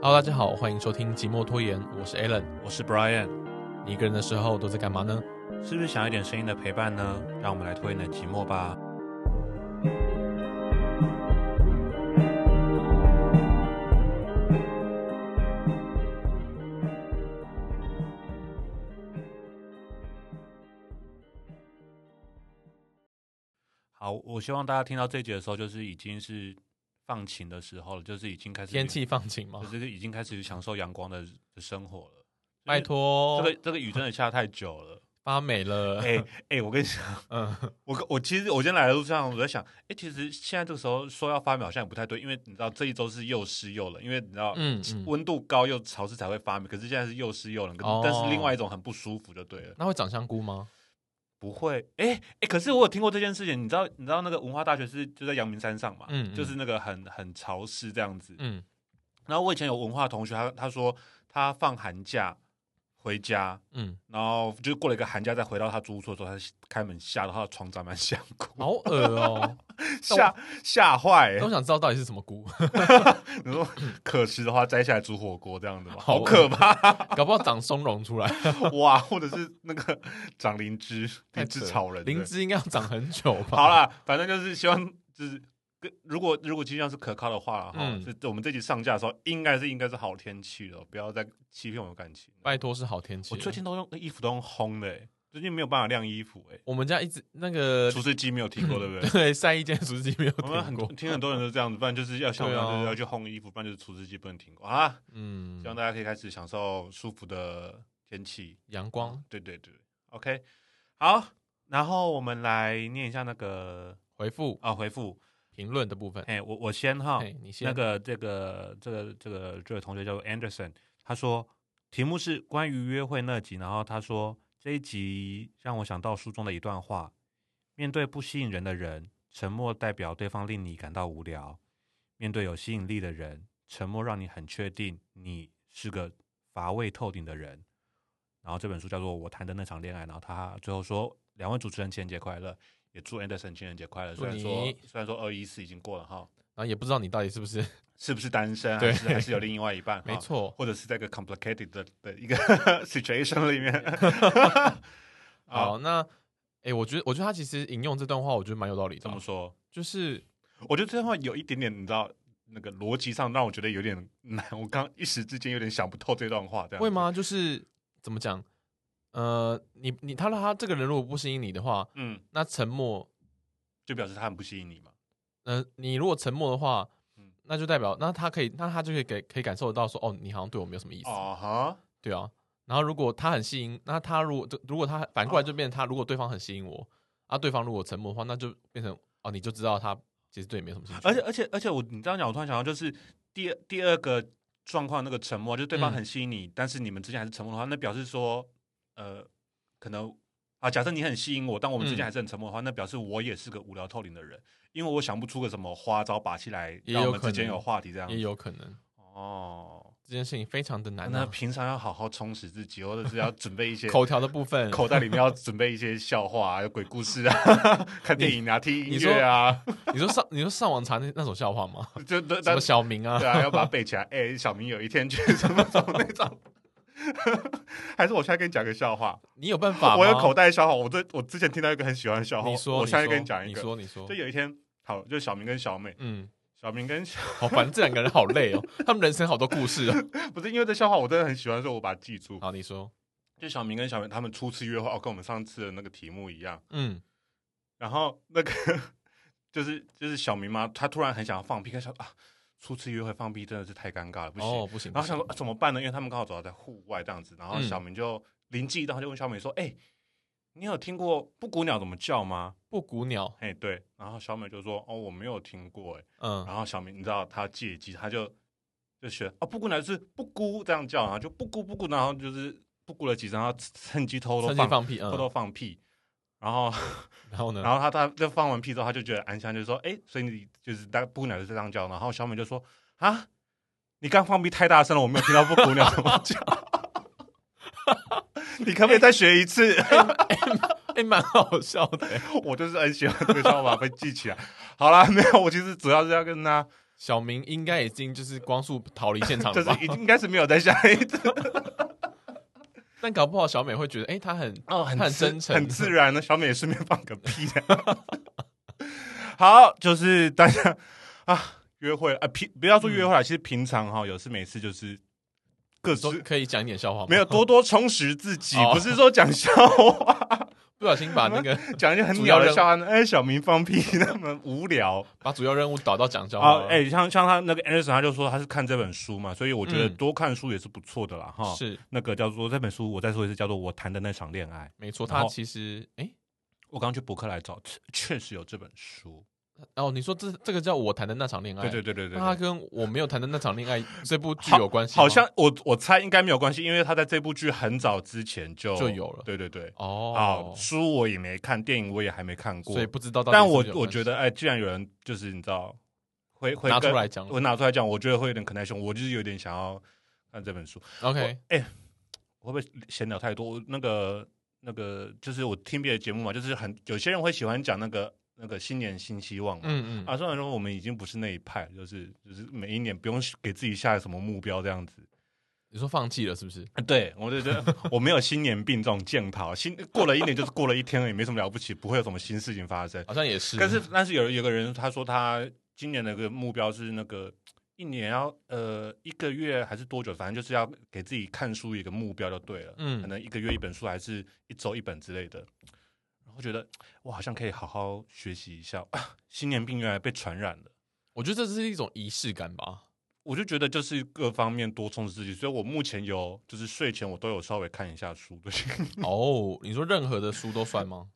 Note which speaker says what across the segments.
Speaker 1: Hello，大家好，欢迎收听《寂寞拖延》，我是 Alan。
Speaker 2: 我是 Brian，
Speaker 1: 你一个人的时候都在干嘛呢？
Speaker 2: 是不是想要一点声音的陪伴呢？让我们来拖延你的寂寞吧。好，我希望大家听到这一节的时候，就是已经是放晴的时候了，就是已经开始
Speaker 1: 天，气放晴吗
Speaker 2: 就？是已经开始享受阳光的的生活了。
Speaker 1: 拜托，
Speaker 2: 这个这个雨真的下太久了。
Speaker 1: 发霉了。
Speaker 2: 哎、哎、我跟你讲，
Speaker 1: 嗯，
Speaker 2: 我我其实我今天来的路上，我在想，哎、其实现在这个时候说要发霉，好像也不太对，因为你知道这一周是又湿又冷，因为你知道，
Speaker 1: 嗯嗯
Speaker 2: 温度高又潮湿才会发霉，可是现在是又湿又冷，可是、
Speaker 1: 哦
Speaker 2: 但是另外一种很不舒服就对了，
Speaker 1: 那会长香菇吗？
Speaker 2: 不会，哎、哎、可是我有听过这件事情，你知道，你知道那个文化大学是就在阳明山上嘛，
Speaker 1: 嗯嗯
Speaker 2: 就是那个很很潮湿这样子，
Speaker 1: 嗯，
Speaker 2: 然后我以前有文化同学，他他说他放寒假回家，
Speaker 1: 嗯，
Speaker 2: 然后就过了一个寒假，再回到他租住处的时候，他开门吓到他的床长满香菇，
Speaker 1: 好恶哦、
Speaker 2: 吓吓坏、
Speaker 1: 都
Speaker 2: 欸。
Speaker 1: 想知道到底是什么菇，
Speaker 2: 你说可食的话摘下来煮火锅这样子吗？
Speaker 1: 好
Speaker 2: 好可怕
Speaker 1: 搞不好长松茸出来。
Speaker 2: 哇！或者是那个长灵芝，
Speaker 1: 太
Speaker 2: 灵
Speaker 1: 扯
Speaker 2: 芝
Speaker 1: 了
Speaker 2: 草人，
Speaker 1: 灵
Speaker 2: 对
Speaker 1: 芝应该要长很久吧？
Speaker 2: 好，啦，反正就是希望就是跟如果如果气象是可靠的话，哈、
Speaker 1: 嗯
Speaker 2: 是我们这集上架的时候，应该是应该是好天气了，不要再欺骗我的感情。
Speaker 1: 拜托是好天气。
Speaker 2: 我最近都用衣服都用烘的、欸，最近没有办法晾衣服、欸，
Speaker 1: 我们家一直那个
Speaker 2: 除湿机没有停 过，对不对？
Speaker 1: 对晒衣间除湿机没有
Speaker 2: 我们
Speaker 1: 停
Speaker 2: 很
Speaker 1: 过。
Speaker 2: 听很多人都这样子，不然就是要像我一样，
Speaker 1: 对啊
Speaker 2: 就是要去烘衣服，不然就是除湿机不能停过啊。
Speaker 1: 嗯
Speaker 2: 希，望大家可以开始享受舒服的天气。
Speaker 1: 阳光
Speaker 2: 对对对，OK，好，然后我们来念一下那个
Speaker 1: 回复
Speaker 2: 啊回复，
Speaker 1: 评论的部分。
Speaker 2: 哎，我我先哈，
Speaker 1: 哎，你先
Speaker 2: 那个这个这个这个这位同学叫做 Anderson，他说题目是关于约会那集，然后他说这一集让我想到书中的一段话：面对不吸引人的人，沉默代表对方令你感到无聊；面对有吸引力的人，沉默让你很确定你是个乏味透顶的人。然后这本书叫做《我谈的那场恋爱》，然后他最后说：“两位主持人情人节快乐，也祝 Anderson 情人节快乐。”虽然说
Speaker 1: 祝你
Speaker 2: 虽然说二一四已经过了哈，
Speaker 1: 然后也不知道你到底是不是，
Speaker 2: 是不是单身，
Speaker 1: 对
Speaker 2: 还是还是有另外 一半，
Speaker 1: 没
Speaker 2: 哈，
Speaker 1: 错，
Speaker 2: 或者是在一个 complicated 的的一个 situation 里 面。啊
Speaker 1: 好，那哎、诶我觉得，我觉得他其实引用这段话，我觉得蛮有道理的
Speaker 2: 这
Speaker 1: 啊、
Speaker 2: 么说，
Speaker 1: 就是
Speaker 2: 我觉得这段话有一点点，你知道，那个逻辑上让我觉得有点难，我刚一时之间有点想不透这段话，这样
Speaker 1: 会？吗？就是怎么讲？呃，你你他他这个人如果不吸引你的话，
Speaker 2: 嗯，
Speaker 1: 那沉默，
Speaker 2: 就表示他很不吸引你嘛。
Speaker 1: 呃，你如果沉默的话
Speaker 2: 嗯，
Speaker 1: 那就代表那他可以，那他就可以给可以感受得到说，哦，你好像对我没有什么意思，
Speaker 2: 啊哈，
Speaker 1: 对啊。然后如果他很吸引，那他如果如果他反过
Speaker 2: 哦
Speaker 1: 来就变成他，如果对方很吸引我，啊，对方如果沉默的话，那就变成哦，你就知道他其实对你没有什么兴趣，
Speaker 2: 而且而且而且，我你这样讲，我突然想到，就是第二第二个状况，那个沉默，就是对方
Speaker 1: 嗯
Speaker 2: 很吸引你，但是你们之间还是沉默的话，那表示说，呃，可能啊，假设你很吸引我，但我们之间
Speaker 1: 嗯
Speaker 2: 还是很沉默的话，那表示我也是个无聊透顶的人，因为我想不出个什么花招把戏来
Speaker 1: 也
Speaker 2: 让
Speaker 1: 有
Speaker 2: 我们
Speaker 1: 可
Speaker 2: 之间
Speaker 1: 能
Speaker 2: 有话题这样
Speaker 1: 也
Speaker 2: 子。
Speaker 1: 有可能
Speaker 2: 哦，
Speaker 1: 这件事情非常的难、
Speaker 2: 那
Speaker 1: 啊。
Speaker 2: 平常要好好充实自己，或者是要准备一些
Speaker 1: 口条的部分，
Speaker 2: 口袋里面要准备一些笑话啊、有 鬼故事啊、看电影啊、听
Speaker 1: 你
Speaker 2: 音
Speaker 1: 说
Speaker 2: 乐啊，
Speaker 1: 你说上你说上网查那那首笑话 吗？
Speaker 2: 就就
Speaker 1: 什
Speaker 2: 但
Speaker 1: 么小明啊
Speaker 2: 对？啊，要把它背起来。哎、小明有一天去什么什么那种， 还是我现在跟你讲个笑话。
Speaker 1: 你有办法吗？
Speaker 2: 我有口袋笑话，我最我之前听到一个很喜欢的笑话，
Speaker 1: 你说，
Speaker 2: 我现在跟
Speaker 1: 你
Speaker 2: 你讲一
Speaker 1: 你
Speaker 2: 个。
Speaker 1: 说你说
Speaker 2: 就，有一天，好，就小明跟小美，
Speaker 1: 嗯，
Speaker 2: 小明跟小
Speaker 1: 好烦，这两个人好累哦， 他们人生好多故事哦。
Speaker 2: 不是因为这笑话我真的很喜欢，所以我把它记住。
Speaker 1: 好，你说，
Speaker 2: 就小明跟小美他们初次约会，哦，跟我们上次的那个题目一样。
Speaker 1: 嗯，
Speaker 2: 然后那个 就是就是小明嘛，他突然很想要放屁，他想啊，初次约会放屁真的是太尴尬了，不行。
Speaker 1: 哦，不行，
Speaker 2: 然
Speaker 1: 不
Speaker 2: 后想
Speaker 1: 行，
Speaker 2: 说、啊怎么办呢？因为他们刚好走到在户外这样子，然后
Speaker 1: 嗯
Speaker 2: 小明就灵机一动，他就问小美说：“哎、你有听过布谷鸟怎么叫吗
Speaker 1: 布谷鸟？”，
Speaker 2: 哎，对。然后小美就说：“哦，我没有听过。”哎，
Speaker 1: 嗯，
Speaker 2: 然后小明你知道他借机他就就学啊，布谷鸟就是布谷这样叫，啊然后就布谷布谷，然后就是布谷了几声，然后趁机偷偷
Speaker 1: 趁机
Speaker 2: 放
Speaker 1: 放屁，
Speaker 2: 偷偷
Speaker 1: 嗯，
Speaker 2: 放屁。然后，
Speaker 1: 然后呢
Speaker 2: 然？后他他就放完屁之后，他就觉得安详，就说：“哎，所以你就是大布谷鸟就是这样叫。”然后小美就说：“啊，你刚放屁太大声了，我没有听到布谷鸟怎么叫。 你可不可以再学一次？
Speaker 1: 哎，蛮好笑的，
Speaker 2: 我就是很喜欢这个笑法，被记起来。好啦，没有，我其实主要是要跟他
Speaker 1: 小明应该已经就是光速逃离现场
Speaker 2: 就
Speaker 1: 了
Speaker 2: 是
Speaker 1: 吧？
Speaker 2: 已经应该是没有在下一次
Speaker 1: 但搞不好小美会觉得，哎、他 很
Speaker 2: 哦，很
Speaker 1: 他很
Speaker 2: 自
Speaker 1: 真诚
Speaker 2: 很自然的。小美也顺便放个屁的。好，就是大家啊，约会啊，平不要说约会了，其实平常哈，有事没事就是各
Speaker 1: 都
Speaker 2: 自
Speaker 1: 可以讲一点笑话吗？
Speaker 2: 没有多多充实自己，
Speaker 1: 哦
Speaker 2: 不是说讲笑话，
Speaker 1: 不小心把那 个
Speaker 2: 讲一些很
Speaker 1: 主要
Speaker 2: 鸟的
Speaker 1: 任务
Speaker 2: 笑话。哎，小明放屁那么无聊
Speaker 1: 把主要任务导到讲笑话
Speaker 2: 啊
Speaker 1: 了。！
Speaker 2: 哎，像像他那个 Anderson，他就说他是看这本书嘛，所以我觉得
Speaker 1: 嗯
Speaker 2: 多看书也是不错的啦哈。
Speaker 1: 是
Speaker 2: 那个叫做这本书，我再说一次，叫做《我谈的那场恋爱》。
Speaker 1: 没错，
Speaker 2: 然
Speaker 1: 他
Speaker 2: 后
Speaker 1: 其实，哎、
Speaker 2: 我刚刚去博客来找，确确实有这本书。
Speaker 1: 哦，你说这这个叫我谈的那场恋爱，
Speaker 2: 对对对对对
Speaker 1: 那他
Speaker 2: 对，
Speaker 1: 跟我没有谈的那场恋爱这部剧
Speaker 2: 好
Speaker 1: 有关系吗
Speaker 2: 好像我我猜应该没有关系，因为他在这部剧很早之前就
Speaker 1: 就有了
Speaker 2: 对对对，
Speaker 1: 哦
Speaker 2: 好，，书我也没看，电影我也还没看过
Speaker 1: 所以，不知道到底
Speaker 2: 但
Speaker 1: 是不
Speaker 2: 我
Speaker 1: 是有
Speaker 2: 我
Speaker 1: 关系
Speaker 2: 觉得，哎，既然有人就是你知道会会
Speaker 1: 拿
Speaker 2: 跟
Speaker 1: 出来讲
Speaker 2: 我拿出来讲，我觉得会有点 connection，我就是有点想要看这本书。
Speaker 1: ，OK，
Speaker 2: 我会不会闲聊太多？我那个那个就是我听别的节目嘛，就是很有些人会喜欢讲那个那个新年新希望嘛。
Speaker 1: 嗯嗯，
Speaker 2: 啊，虽然说我们已经不是那一派，就是就是每一年不用给自己下什么目标这样子。
Speaker 1: 你说放弃了是不是？
Speaker 2: 啊 对我就觉得我没有新年病这种健跑，新过了一年就是过了一天而已，没什么了不起，不会有什么新事情发生。
Speaker 1: 好像也是，
Speaker 2: 但是但是有有个人他说他今年的一个目标是那个一年要呃一个月还是多久，反正就是要给自己看书一个目标就对了。可
Speaker 1: 嗯，
Speaker 2: 能一个月一本书，还是一周一本之类的。然后觉得我好像可以好好学习一下，啊新年病原来被传染了。
Speaker 1: 我觉得这是一种仪式感吧。
Speaker 2: 我就觉得就是各方面多充实自己，所以我目前有就是睡前我都有稍微看一下书。对
Speaker 1: 哦，你说任何的书都算吗？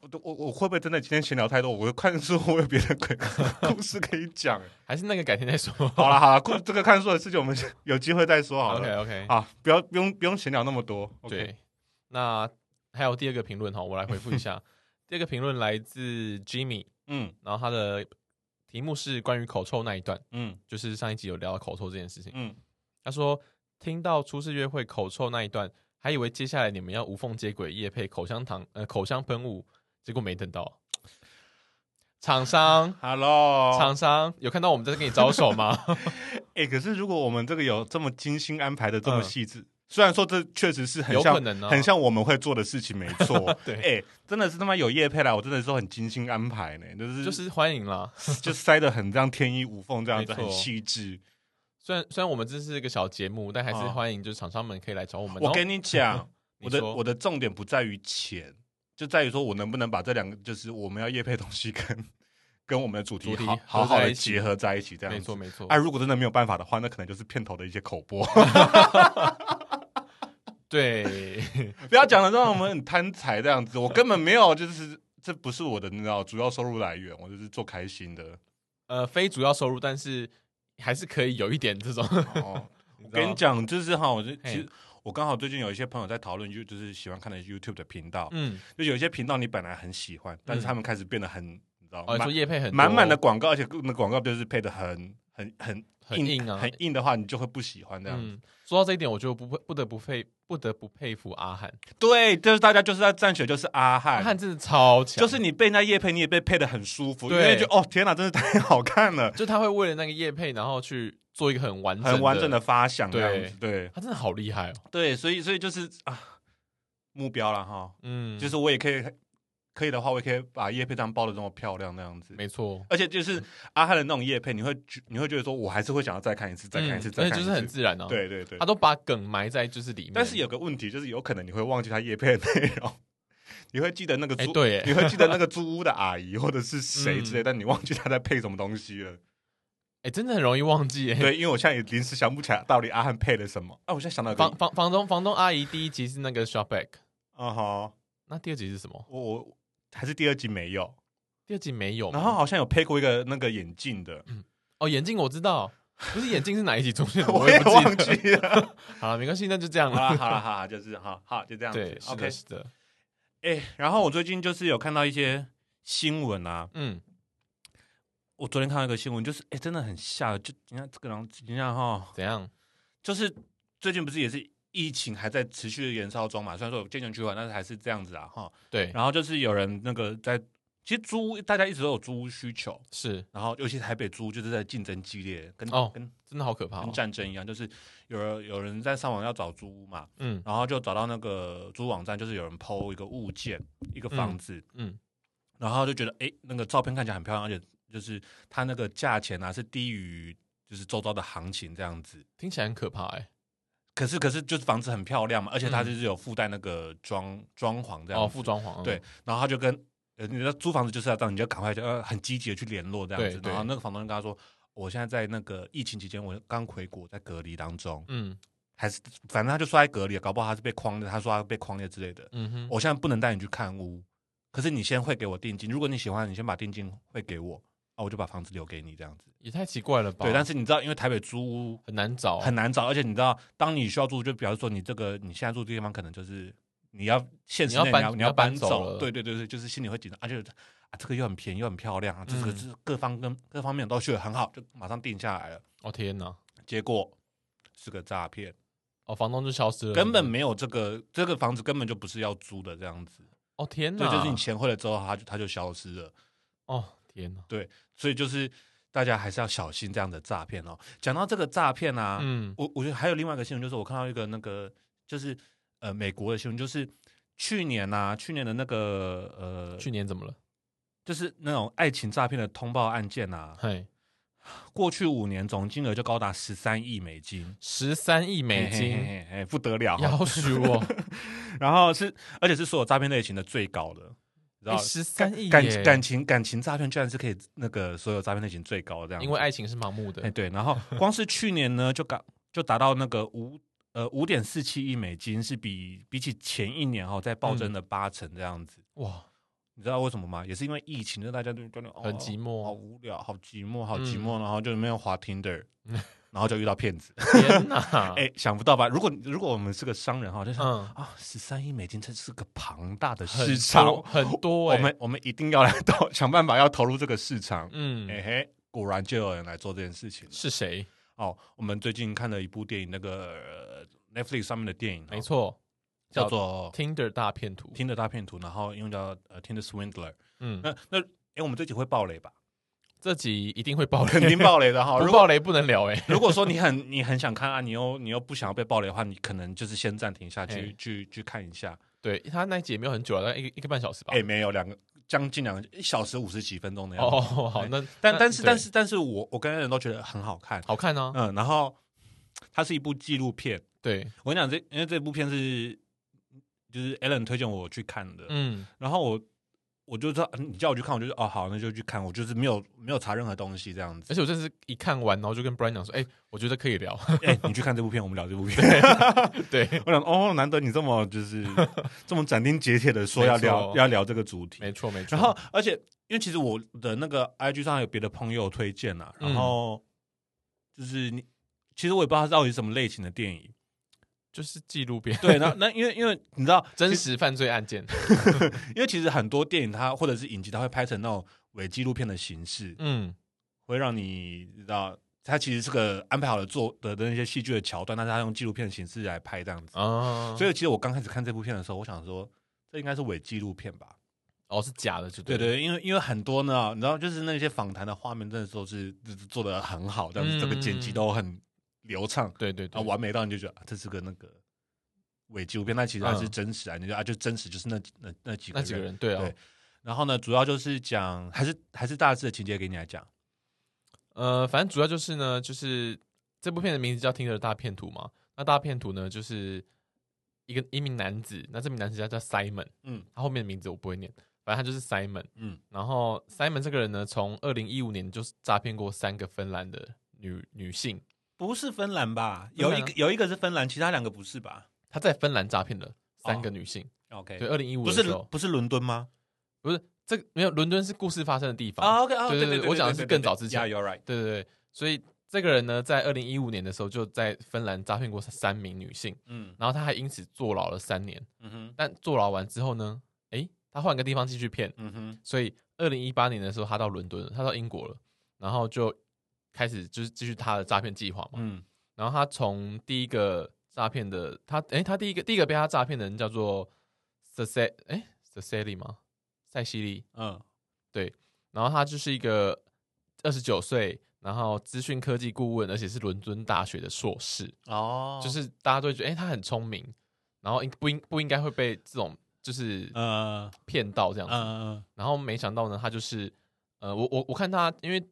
Speaker 2: 我都我我会不会真的今天闲聊太多？我看书我有别的鬼 故事可以讲。
Speaker 1: 还是那个改天再说？
Speaker 2: 好了好了，故这个看书的事情我们有机会再说好
Speaker 1: OK
Speaker 2: 了。
Speaker 1: OK，
Speaker 2: 啊，不要不用不用闲聊那么多。OK，
Speaker 1: 对，那还有第二个评论哈，我来回复一 下。第二个评论来自 Jimmy，
Speaker 2: 嗯
Speaker 1: 然后他的题目是关于口臭那一段，
Speaker 2: 嗯
Speaker 1: 就是上一集有聊到口臭这件事情。
Speaker 2: 嗯，
Speaker 1: 他说听到初次约会口臭那一段，还以为接下来你们要无缝接轨夜配口香糖呃口香喷雾，结果没等到。厂商
Speaker 2: Hello，
Speaker 1: 厂商有看到我们在跟你招手吗？
Speaker 2: 哎、可是如果我们这个有这么精心安排的这么
Speaker 1: 嗯
Speaker 2: 细致，虽然说这确实是很
Speaker 1: 有
Speaker 2: 像
Speaker 1: 可能啊，
Speaker 2: 很像我们会做的事情，没错
Speaker 1: 。对
Speaker 2: 哎、真的是他妈有叶配啦，我真的是很精心安排呢，就是
Speaker 1: 就是欢迎啦。
Speaker 2: 就塞的很这样天衣无缝这样子，
Speaker 1: 没错
Speaker 2: 很细致。
Speaker 1: 虽然虽然我们这是一个小节目，但还是
Speaker 2: 啊
Speaker 1: 欢迎就是厂商们可以来找我们。
Speaker 2: 我跟你讲，
Speaker 1: 你
Speaker 2: 我
Speaker 1: 说
Speaker 2: 的我的重点不在于钱，就在于说我能不能把这两个就是我们要叶配的东西跟跟我们的主题
Speaker 1: 主题
Speaker 2: 好好
Speaker 1: 合
Speaker 2: 好
Speaker 1: 在
Speaker 2: 的
Speaker 1: 一起
Speaker 2: 结合在一起，这
Speaker 1: 然后
Speaker 2: 样
Speaker 1: 没
Speaker 2: 子
Speaker 1: 错。没错
Speaker 2: 啊，，如果真的没有办法的话，那可能就是片头的一些口播。
Speaker 1: 对，
Speaker 2: 不要讲的让我们很贪财这样子，我根本没有，就是这不是我的，你知道，主要收入来源，我就是做开 心的。
Speaker 1: 呃，非主要收入，但是还是可以有一点这种。
Speaker 2: 哦，
Speaker 1: 我
Speaker 2: 我跟你，讲，就是哈，我就其
Speaker 1: 嘿
Speaker 2: 实我刚好最近有一些朋友在讨论，就就是喜欢看的 YouTube 的频道，
Speaker 1: 嗯，
Speaker 2: 就有一些频道你本来很喜欢，但是他们开始变得很，你知道，
Speaker 1: 哦，你说
Speaker 2: 满
Speaker 1: 叶配很多
Speaker 2: 满满的广告，而且那广告就是配的很很很
Speaker 1: 很硬啊，
Speaker 2: 很硬的话，你就会不喜欢这样子。
Speaker 1: 嗯，说到这一点，我就不不得不佩不得不佩服阿汉，
Speaker 2: 对，就是大家就是在战雪，就是阿
Speaker 1: 阿
Speaker 2: 汉。
Speaker 1: 汉真的超强，
Speaker 2: 就是你被人家叶配，你也被配的很舒服，因
Speaker 1: 对
Speaker 2: 为就哦天哪，真的太好看 了。
Speaker 1: 就他会为了那个叶配，然后去做一个很完整
Speaker 2: 很完整
Speaker 1: 的，
Speaker 2: 的发想这样子，对
Speaker 1: 他真的好厉害哦，
Speaker 2: 对，所以所以就是啊，目标了哈，
Speaker 1: 嗯，
Speaker 2: 就是我也可以，可以的话，我也可以把叶配张包的这么漂亮那样子，
Speaker 1: 没嗯错，
Speaker 2: 而且就是阿汉的那种叶配，你会觉你会觉得说我还是会想要再看一次，再看一次，
Speaker 1: 嗯
Speaker 2: 再
Speaker 1: 而
Speaker 2: 看
Speaker 1: 且
Speaker 2: 一
Speaker 1: 就是
Speaker 2: 次，
Speaker 1: 很自然哦，，
Speaker 2: 对对对
Speaker 1: 他。都把梗埋在就是里面，
Speaker 2: 但是有个问题就是，有可能你会忘记他叶配的内容，你会记得那个
Speaker 1: 哎
Speaker 2: 租，
Speaker 1: 对耶
Speaker 2: 你会记得那个租屋的阿姨或者是谁之类，但你忘记他在配什么东西 了。
Speaker 1: 哎，真的很容易忘记耶，
Speaker 2: 对，因为我现在也临时想不起来到底阿汉配了什么。啊，我现在想到一个
Speaker 1: 房房房东房东阿姨第一集是那个 s h o p back，
Speaker 2: 啊哈，
Speaker 1: 那第二集是什么？
Speaker 2: 我我还是第二集没有，
Speaker 1: 第二集没有吗，
Speaker 2: 然后好像有配过一个那个眼镜 的，
Speaker 1: 哦眼镜我知道，不是眼镜是哪一集出现的，
Speaker 2: 我
Speaker 1: 也
Speaker 2: 也
Speaker 1: 不
Speaker 2: 忘
Speaker 1: 记得。
Speaker 2: 记 了。
Speaker 1: 好了，没关系，那就这样
Speaker 2: 好
Speaker 1: 了。
Speaker 2: 了好了好了，就是好好就这样子。
Speaker 1: 对，是
Speaker 2: OK
Speaker 1: 的，。是的，
Speaker 2: 哎、然后我最近就是有看到一些新闻啊，
Speaker 1: 嗯，
Speaker 2: 我昨天看到一个新闻，就是哎、诶真的很吓，就你看这个人，你看哈，
Speaker 1: 怎样？
Speaker 2: 就是最近不是也是疫情还在持续的燃烧中嘛，虽然说有渐渐趋缓，但是还是这样子啊哈。
Speaker 1: 对，
Speaker 2: 然后就是有人那个在其实租屋大家一直都有租屋需求，
Speaker 1: 是
Speaker 2: 然后尤其台北租屋就是在竞争激烈，跟、
Speaker 1: 哦
Speaker 2: 跟
Speaker 1: 真的好可怕、
Speaker 2: 跟
Speaker 1: 哦。
Speaker 2: 战争一样，就是有人有人在上网要找租屋嘛，
Speaker 1: 嗯
Speaker 2: 然后就找到那个租网站，就是有人剖一个物件，一个房子，
Speaker 1: 嗯，
Speaker 2: 然后就觉得诶，那个照片看起来很漂亮，而且就是它那个价钱啊是低于就是周遭的行情这样子。
Speaker 1: 听起来很可怕哎、
Speaker 2: 可是可是就是房子很漂亮嘛，而且它
Speaker 1: 嗯
Speaker 2: 就是有附带那个装装潢这样
Speaker 1: 哦，
Speaker 2: 子
Speaker 1: 副装潢
Speaker 2: 对，然后他就跟呃，你要租房子就是要这样，你就赶快就呃很积极的去联络这样
Speaker 1: 对
Speaker 2: 子。
Speaker 1: 对
Speaker 2: 然后那个房东就跟他说，我现在在那个疫情期间，我刚回国，在隔离当中，
Speaker 1: 嗯
Speaker 2: 还是反正他就说在隔离，搞不好他是被框的，他说他被框列之类的。
Speaker 1: 嗯哼，
Speaker 2: 我现在不能带你去看屋，可是你先汇给我定金，如果你喜欢，你先把定金汇给我，啊，我就把房子留给你这样子。
Speaker 1: 也太奇怪了吧？
Speaker 2: 对，但是你知道，因为台北租屋
Speaker 1: 很难找，啊
Speaker 2: 很难找，而且你知道，当你需要住，就比方说你这个你现在住的地方，可能就是你要现实
Speaker 1: 你
Speaker 2: 内
Speaker 1: 要
Speaker 2: 你
Speaker 1: 搬
Speaker 2: 要你
Speaker 1: 你要搬
Speaker 2: 搬
Speaker 1: 走了
Speaker 2: 对对对对，就是心里会紧张，而且啊，这个又很便宜，又很漂亮，啊，这个
Speaker 1: 嗯
Speaker 2: 是各方跟各方面都觉得很好，就马上定下来了。
Speaker 1: 哦天哪，
Speaker 2: 结果是个诈骗，
Speaker 1: 哦房东就消失了，
Speaker 2: 根
Speaker 1: 对
Speaker 2: 本
Speaker 1: 不对
Speaker 2: 没有这个这个房子根本就不是要租的这样子，
Speaker 1: 哦天
Speaker 2: 对，
Speaker 1: 哪，
Speaker 2: 就是你钱汇了之后，它就它就消失了。
Speaker 1: 哦天哪，
Speaker 2: 所以就是大家还是要小心这样的诈骗哦。讲到这个诈骗啊，
Speaker 1: 嗯
Speaker 2: 我我觉得还有另外一个新闻，就是我看到一个那个就是呃美国的新闻，就是去年啊，去年的那个呃，
Speaker 1: 去年怎么了？
Speaker 2: 就是那种爱情诈骗的通报案件啊，
Speaker 1: 嘿，
Speaker 2: 过去五年总金额就高达十三亿美金，
Speaker 1: 十三亿美
Speaker 2: 嘿嘿
Speaker 1: 金，
Speaker 2: 嘿嘿不得了哦、
Speaker 1: 要死 我！
Speaker 2: 然后是而且是所有诈骗类型的最高的。你知道
Speaker 1: 哎十三亿
Speaker 2: 感
Speaker 1: 耶
Speaker 2: 感情感情诈骗居然是可以那个所有诈骗类型最高的这样子，
Speaker 1: 因为爱情是盲目的
Speaker 2: 哎、，对， 然后光是去年呢，就达就达到那个五呃五点四七亿美金，是比比起前一年哈、哦、再暴增
Speaker 1: 嗯
Speaker 2: 了八成这样子。
Speaker 1: 哇，
Speaker 2: 你知道为什么吗？也是因为疫情，就大家都觉得、哦、
Speaker 1: 很寂寞
Speaker 2: 好无聊，好寂寞，好寂寞，然后就没有滑 Tinder，
Speaker 1: 嗯
Speaker 2: 然后就遇到骗子。
Speaker 1: 天哪！
Speaker 2: 哎、想不到吧？如果如果我们是个商人哈，就想、
Speaker 1: 嗯，
Speaker 2: 啊，十三亿美金，这是个庞大的
Speaker 1: 很
Speaker 2: 市
Speaker 1: 多
Speaker 2: 场，
Speaker 1: 很多
Speaker 2: 我
Speaker 1: 哎，
Speaker 2: 们我们一定要来投，想办法要投入这个市场。哎、
Speaker 1: 嗯
Speaker 2: 嘿，果然就有人来做这件事情了。
Speaker 1: 是谁？
Speaker 2: 哦，我们最近看了一部电影，那个、呃 Netflix 上面的电影，
Speaker 1: 没
Speaker 2: 哦，
Speaker 1: 错，
Speaker 2: 叫做《
Speaker 1: Tinder 大骗徒。
Speaker 2: 听的大骗徒》，然后英文叫呃《听的 Swindler》
Speaker 1: 嗯，
Speaker 2: 那。那哎、诶我们这集会爆 雷吧？
Speaker 1: 这集一定会爆
Speaker 2: 肯
Speaker 1: 雷，
Speaker 2: 定爆雷的哈。
Speaker 1: 不
Speaker 2: 如果
Speaker 1: 爆雷不能聊哎。
Speaker 2: 如果说你很你很想看啊，你又你又不想要被爆雷的话，你可能就是先暂停一下，去
Speaker 1: 嘿
Speaker 2: 去去看一下。
Speaker 1: 对他那一集也没有很久啊，大概一个一个半小时吧
Speaker 2: 哎、。没有两个将近两个一小时五十几分钟的样子。
Speaker 1: 哦，好，那
Speaker 2: 但
Speaker 1: 那
Speaker 2: 但是
Speaker 1: 对
Speaker 2: 但是但是我我跟人都觉得很好看，
Speaker 1: 好看啊，
Speaker 2: 嗯，然后它是一部纪录片。
Speaker 1: 对，
Speaker 2: 我跟你讲，这因为这部片是就是 Alan 推荐我去看的，
Speaker 1: 嗯
Speaker 2: 然后我我就知道嗯你叫我去看，我就说哦好，那就去看，我就是没有没有查任何东西这样 子
Speaker 1: 而。且我这是一看完，然后就跟 Brian 讲说，哎，我觉得可以聊，
Speaker 2: 哎、你去看这部片，我们聊这部片。
Speaker 1: 对，
Speaker 2: 我想哦，难得你这么就是这么斩钉截铁的说
Speaker 1: 没
Speaker 2: 要
Speaker 1: 错
Speaker 2: 聊要聊这个主
Speaker 1: 没
Speaker 2: 题，
Speaker 1: 错没错。
Speaker 2: 然后而且因为其实我的那个 IG 上有别的朋友推荐啊，然
Speaker 1: 嗯
Speaker 2: 后就是你。其实我也不知道它到底是什么类型的电影，
Speaker 1: 就是纪录片，
Speaker 2: 对，那那因为因为你知道，
Speaker 1: 真实犯罪案件，
Speaker 2: 因为其实很多电影它或者是影集，它会拍成那种伪纪录片的形式，
Speaker 1: 嗯，
Speaker 2: 会让你知道它其实是个安排好的做的的那些戏剧的桥段，但是它用纪录片的形式来拍这样子。
Speaker 1: 啊，
Speaker 2: 所以其实我刚开始看这部片的时候，我想说这应该是伪纪录片吧？
Speaker 1: 哦是假的，就
Speaker 2: 对
Speaker 1: 对了，
Speaker 2: 对，因为因为很多呢，你知道，就是那些访谈的画面真的都是就是做的很好，但是
Speaker 1: 嗯
Speaker 2: 这个剪辑都很流畅，
Speaker 1: 对对
Speaker 2: 啊，
Speaker 1: 对，
Speaker 2: 完美到你就觉得、啊、这是个那个伪纪录片，但其实它
Speaker 1: 嗯
Speaker 2: 是真实啊，你就啊就真实就是那几那那几个
Speaker 1: 那几个人对啊
Speaker 2: 对，然后呢，主要就是讲，还是还是大致的情节给你来讲。
Speaker 1: 呃，反正主要就是呢，就是这部片的名字叫《听着大骗徒》嘛。那大骗徒呢，就是一个一名男子，那这名男子叫叫 Simon，
Speaker 2: 嗯
Speaker 1: 他后面的名字我不会念，反正他就是 Simon。
Speaker 2: 嗯，
Speaker 1: 然后 Simon 这个人呢，从二零一五年就是诈骗过三个芬兰的女女性，
Speaker 2: 不是芬兰吧？
Speaker 1: 芬兰
Speaker 2: 有
Speaker 1: 啊
Speaker 2: 一个有一个是芬兰，其他两个不是吧
Speaker 1: 他在芬兰诈骗了三个女性。
Speaker 2: 哦？OK，
Speaker 1: 对，二零一五
Speaker 2: 不
Speaker 1: 的
Speaker 2: 是
Speaker 1: 时候，
Speaker 2: 不是伦敦吗？
Speaker 1: 不是这个没有伦敦是故事发生的地方。
Speaker 2: ，OK，哦
Speaker 1: 对对对我讲的是更早之前
Speaker 2: Yeah, you're right。
Speaker 1: 对对对，所以这个人呢，在二零一五年的时候就在芬兰诈骗过三名女性，
Speaker 2: 嗯
Speaker 1: 然后他还因此坐牢了三年。
Speaker 2: 嗯哼
Speaker 1: 但坐牢完之后呢，诶，他换个地方继续骗，
Speaker 2: 嗯哼
Speaker 1: 所以二零一八年的时候，他到伦敦了，他到英国了，然后就开始就是继续他的诈骗计划嘛。
Speaker 2: 嗯
Speaker 1: 然后他从第一个诈骗的他，诶，他第一个第一个被他诈骗的人叫做 c e c i 诶 c e c i l y 吗？塞西利，
Speaker 2: 嗯，
Speaker 1: 然后他就是一个二十九岁，然后资讯科技顾问，而且是伦敦大学的硕士，
Speaker 3: 哦
Speaker 1: 就是大家都会觉得，哎、他很聪明，然后应不应不应该会被这种就是
Speaker 2: 嗯
Speaker 3: 呃
Speaker 1: 骗到这样子。
Speaker 3: 呃
Speaker 1: 然后没想到呢，他就是呃，我我我看他，因为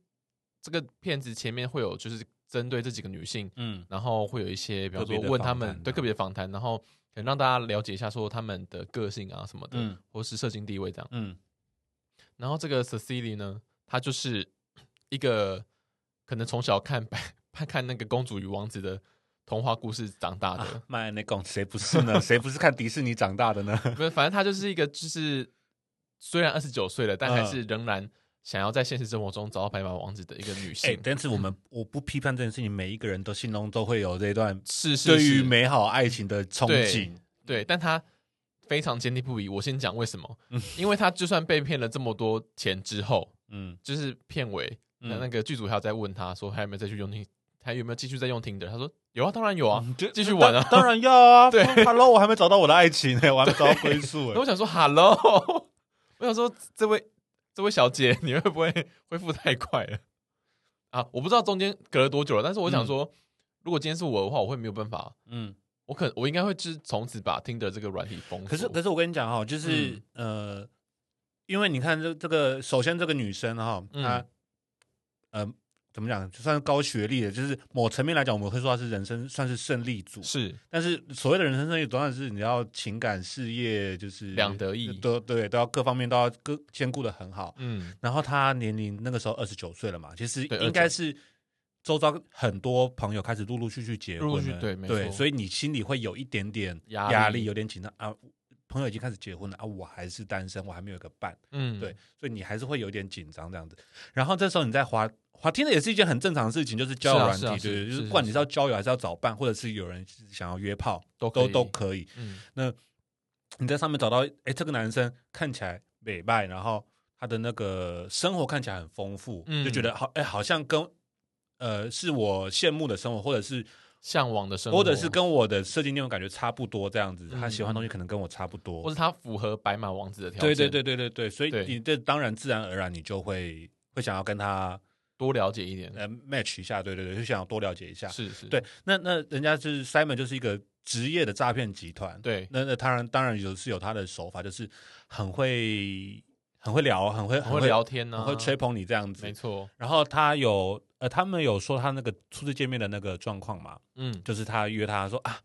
Speaker 1: 这个片子前面会有就是针对这几个女性，
Speaker 3: 嗯
Speaker 1: 然后会有一些比方
Speaker 3: 个别
Speaker 1: 说
Speaker 3: 的
Speaker 1: 问他
Speaker 3: 访
Speaker 1: 们
Speaker 3: 谈
Speaker 1: 对
Speaker 3: 啊
Speaker 1: 个别访谈，然后可能让大家了解一下说他们的个性啊什么的，
Speaker 3: 嗯
Speaker 1: 或是社经地位这样。
Speaker 3: 嗯
Speaker 1: 然后这个 Cecily 呢，她就是一个可能从小看白 看那个公主与王子的童话故事长大的，
Speaker 2: 啊麦内贡谁不是 呢？谁不是看迪士尼长大的呢？
Speaker 1: 不是，反正他就是一个，就是虽然二十九岁了，
Speaker 2: 嗯
Speaker 1: 但还是仍然想要在现实生活中找到白马王子的一个女
Speaker 2: 哎、
Speaker 1: 性。
Speaker 2: 但是我们我不批判这件事情，每一个人都心中都会有这段
Speaker 1: 是是
Speaker 2: 对于
Speaker 1: 是，
Speaker 2: 美好爱情的憧
Speaker 1: 对
Speaker 2: 憬。
Speaker 1: 对，但他非常坚定不移。我先讲为什么， 因为他就算被骗了这么多钱之后，
Speaker 2: 嗯
Speaker 1: 就是片尾那、那个剧组还有在问他说，还有没有再去用听，还有没有继续在用听的？他说有啊，当然有啊。
Speaker 2: 嗯，就
Speaker 1: 继续玩啊
Speaker 2: 当当然要 啊。
Speaker 1: 对
Speaker 2: ，Hello，我还没找到我的爱情呢、我还没找到归宿、
Speaker 1: 那
Speaker 2: 欸
Speaker 1: 我。想说，Hello，我想说这位这位小姐，你会不会恢复太快了啊？我不知道中间隔了多久了，但是
Speaker 2: 嗯
Speaker 1: 我想说，如果今天是我的话，我会没有办法，
Speaker 3: 嗯。
Speaker 1: 我可我应该会就是从此把 Tinder 这个软体封锁。
Speaker 2: 可是可是我跟你讲哈、就是、
Speaker 1: 嗯
Speaker 2: 呃，因为你看这这个，首先这个女生哈、
Speaker 1: 嗯
Speaker 2: 她呃怎么讲，就算是高学历的，就是某层面来讲，我们会说她是人生算是胜利组。
Speaker 1: 是
Speaker 2: 但是所谓的人生胜利，当然是你要情感、事业，就是
Speaker 1: 两得意
Speaker 2: 都对，都要各方面都要各兼顾的很好。
Speaker 1: 嗯，
Speaker 2: 然后她年龄那个时候二十九岁了嘛，其实
Speaker 1: 对
Speaker 2: 应该是周遭很多朋友开始陆陆续续结婚
Speaker 1: 陆陆续
Speaker 2: 了
Speaker 1: 对没错
Speaker 2: 所以你心里会有一点点
Speaker 1: 压力
Speaker 2: 压力，有点紧张啊。朋友已经开始结婚了啊，我还是单身，我还没有一个伴，
Speaker 1: 嗯，
Speaker 2: 对，，所以你还是会有点紧张这样子。然后这时候你在滑滑听的也是一件很正常的事情，就是交友
Speaker 1: 是啊
Speaker 2: 软
Speaker 1: 是啊
Speaker 2: 体，
Speaker 1: 是
Speaker 2: 对，就是是
Speaker 1: 是
Speaker 2: 不管你
Speaker 1: 是
Speaker 2: 是要交友还是要找伴，或者是有人想要约炮，
Speaker 1: 都可
Speaker 2: 都
Speaker 1: 以
Speaker 2: 都可以。
Speaker 1: 嗯
Speaker 2: 你在上面找到，哎，这个男生看起来美败，然后他的那个生活看起来很丰富，
Speaker 1: 嗯
Speaker 2: 就觉得好，哎，好像跟呃是我羡慕的生活，或者是
Speaker 1: 向往的生活，
Speaker 2: 或者是跟我的设计内容感觉差不多这样子，
Speaker 1: 嗯
Speaker 2: 他喜欢的东西可能跟我差不多，
Speaker 1: 或是他符合白马王子的条
Speaker 2: 对
Speaker 1: 件，
Speaker 2: 对对，对对对，所以
Speaker 1: 对
Speaker 2: 你这当然自然而然你就会会想要跟他
Speaker 1: 多了解一点，
Speaker 2: 呃 match 一下，对对对，就想要多了解一下，
Speaker 1: 是是，
Speaker 2: 啊对，那那人家就是 Simon 就是一个职业的诈骗集团，
Speaker 1: 对
Speaker 2: 那那当然当然有是有他的手法，就是很会很会聊，很会
Speaker 1: 很会聊，天呢、啊
Speaker 2: 很会吹，捧你这样
Speaker 1: 没
Speaker 2: 子。
Speaker 1: 错，
Speaker 2: 然后他有呃，他们有说他那个初次见面的那个状况嘛，
Speaker 1: 嗯，
Speaker 2: 就是他约他说啊，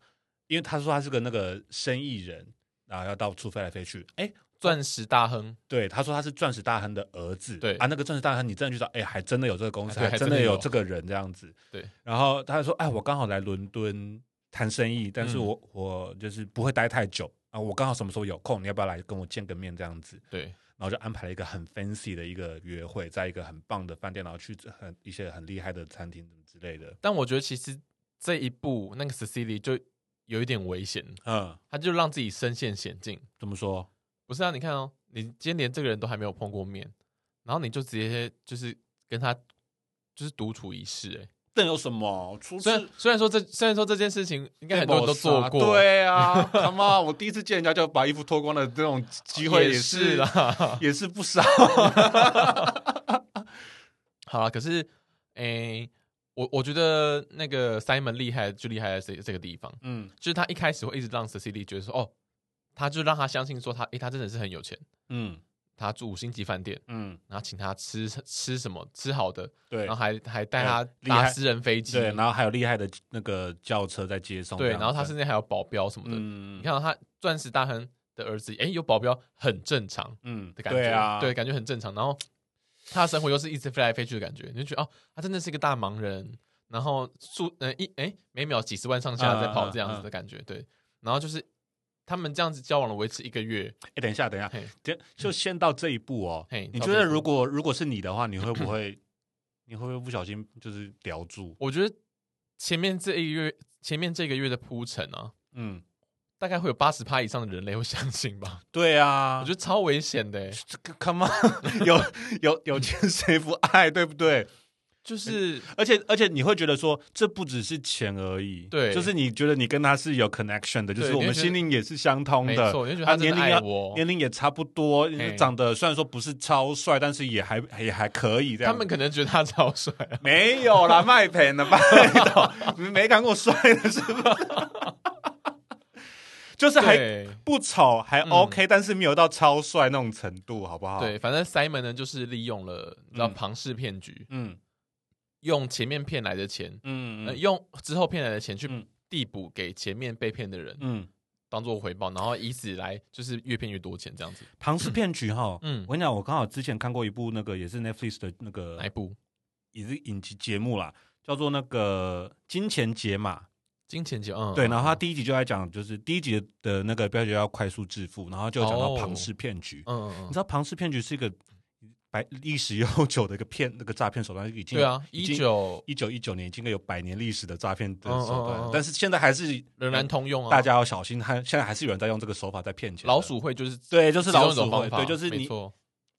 Speaker 2: 因为他说他是个那个生意人，然后要到处飞来飞去，哎。
Speaker 1: 钻石大亨，
Speaker 2: 对，他说他是钻石大亨的儿子。
Speaker 1: 对
Speaker 2: 啊，那个钻石大亨，你真的去找，哎，还真的有这个公司，
Speaker 1: 哎对
Speaker 2: 还真
Speaker 1: 还真
Speaker 2: 的
Speaker 1: 的
Speaker 2: 有
Speaker 1: 有
Speaker 2: 这个人这样子。
Speaker 1: 对，
Speaker 2: 然后他说，哎，我刚好来伦敦谈生意，但是我、我就是不会待太久啊，我刚好什么时候有空，你要不要来跟我见个面这样子？
Speaker 1: 对，
Speaker 2: 然后就安排了一个很 fancy 的一个约会，在一个很棒的饭店，然后去很一些很厉害的餐厅之类的。
Speaker 1: 但我觉得其实这一步那个 Cecily 就有一点危险，
Speaker 2: 嗯，
Speaker 1: 她就让自己深陷险境。
Speaker 2: 怎么说？
Speaker 1: 不是啊，你看哦，你今天连这个人都还没有碰过面，然后你就直接就是跟他就是独处一室、哎，
Speaker 2: 这有什么？出
Speaker 1: 虽然虽然说这虽然说这件事情应该很多人都做过，，
Speaker 2: 对啊， 他妈，我第一次见人家就把衣服脱光的这种机会
Speaker 1: 也
Speaker 2: 是
Speaker 1: 啦。
Speaker 2: 也是不 少。
Speaker 1: 好了，可是诶、我我觉得那个 Simon 厉害，就厉害在这这个地方，
Speaker 2: 嗯
Speaker 1: 就是他一开始会一直让 Cecily 觉得说，哦，他就让他相信说他，诶、他真的是很有钱，
Speaker 2: 嗯
Speaker 1: 他住五星级饭店，
Speaker 2: 嗯，
Speaker 1: 然后请他吃吃什么吃好的，
Speaker 2: 对
Speaker 1: 然后还还带
Speaker 2: 还有
Speaker 1: 他
Speaker 2: 厉
Speaker 1: 搭
Speaker 2: 害
Speaker 1: 私人飞机，
Speaker 2: 对，然后还有厉害的那个轿车在接送这
Speaker 1: 对，
Speaker 2: 样子，
Speaker 1: 然后他甚至还有保镖什么的。
Speaker 2: 嗯
Speaker 1: 你看到他钻石大亨的儿子，哎，有保镖很正常
Speaker 2: 嗯
Speaker 1: 的感觉，
Speaker 2: 对啊
Speaker 1: 感觉很正常。然后他的生活又是一直飞来飞去的感觉，你就觉得哦，他真的是一个大忙人，然后数呃一哎每秒几十万上下在跑
Speaker 2: 嗯嗯
Speaker 1: 这样子的感觉，对。然后就是他们这样子交往了维持一个月，
Speaker 2: 哎，等一下等一下
Speaker 1: 嘿，
Speaker 2: 等就先到这一步哦
Speaker 1: 嘿。
Speaker 2: 你
Speaker 1: 到
Speaker 2: 觉
Speaker 1: 这
Speaker 2: 得
Speaker 1: 一步
Speaker 2: 如果如果是你的话，你会不 会你会不会不小心就是叼住？
Speaker 1: 我觉得前面这一个月前面这个月的铺陈啊，
Speaker 2: 嗯，
Speaker 1: 大概会有八十趴以上的人类会相信吧，
Speaker 2: 对啊，
Speaker 1: 我觉得超危险的、欸。
Speaker 2: 这个 come on，有有有钱谁不爱，对不对？
Speaker 1: 就是
Speaker 2: 而且而且你会觉得说，这不只是钱而已，
Speaker 1: 对
Speaker 2: 就是你觉得你跟他是有 connection 的，就是
Speaker 1: 对
Speaker 2: 我们
Speaker 1: 你会觉得
Speaker 2: 心灵也是相通
Speaker 1: 没
Speaker 2: 的，
Speaker 1: 错，我就觉得他
Speaker 2: 啊
Speaker 1: 真
Speaker 2: 年
Speaker 1: 的
Speaker 2: 龄
Speaker 1: 爱
Speaker 2: 要
Speaker 1: 我。
Speaker 2: 年龄也差不多
Speaker 1: 嘿，
Speaker 2: 长得虽然说不是超帅，但是也还也还可以这
Speaker 1: 他
Speaker 2: 样。
Speaker 1: 们可能觉得他超帅啊，
Speaker 2: 没有 啦，卖盆的吧？你们没看过帅的是吧？ 就是还
Speaker 1: 对嗯
Speaker 2: 不丑，还 OK，、但是没有到超帅那种程度，好不好？，
Speaker 1: 对，反正 Simon 呢就是利用了你知道
Speaker 2: 嗯
Speaker 1: 庞氏骗局，
Speaker 2: 嗯
Speaker 1: 用前面骗来的钱，
Speaker 2: 嗯
Speaker 1: 呃
Speaker 2: 嗯
Speaker 1: 用之后骗来的钱去
Speaker 2: 嗯
Speaker 1: 递补给前面被骗的人，
Speaker 2: 嗯，
Speaker 1: 当做回报，然后以此来就是越骗越多钱这样子。
Speaker 3: 庞氏骗局哈，
Speaker 1: 嗯
Speaker 3: 我跟你讲，我刚好之前看过一部那个也是 Netflix 的那个
Speaker 1: 哪一部？
Speaker 3: 也是影集节目啦，叫做那个《金钱解码》。
Speaker 1: 金钱节嗯，
Speaker 3: 对，然后他
Speaker 1: 嗯
Speaker 3: 第一集就在讲，就是第一集的那个标题叫“快速致富”，然后就讲到
Speaker 1: 哦
Speaker 3: 庞氏骗局。
Speaker 1: 嗯嗯
Speaker 3: 你
Speaker 1: 嗯
Speaker 3: 知，道庞氏骗局是一个百历史悠久的一个骗那个诈骗手段，已经
Speaker 1: 对啊，
Speaker 3: 已
Speaker 1: 一
Speaker 3: 经
Speaker 1: 九
Speaker 3: 一九一九年已经有百年历史的诈骗的
Speaker 1: 嗯嗯
Speaker 3: 手段，
Speaker 1: 嗯嗯
Speaker 3: 但是现在还是
Speaker 1: 仍然通用啊，
Speaker 3: 大家要小心，还现在还是有人在用这个手法在骗钱的。
Speaker 1: 老鼠会就是
Speaker 3: 对，就是老
Speaker 1: 其中
Speaker 3: 鼠
Speaker 1: 一种
Speaker 3: 会，
Speaker 1: 方法，
Speaker 3: 对，就是
Speaker 1: 没
Speaker 3: 你
Speaker 1: 错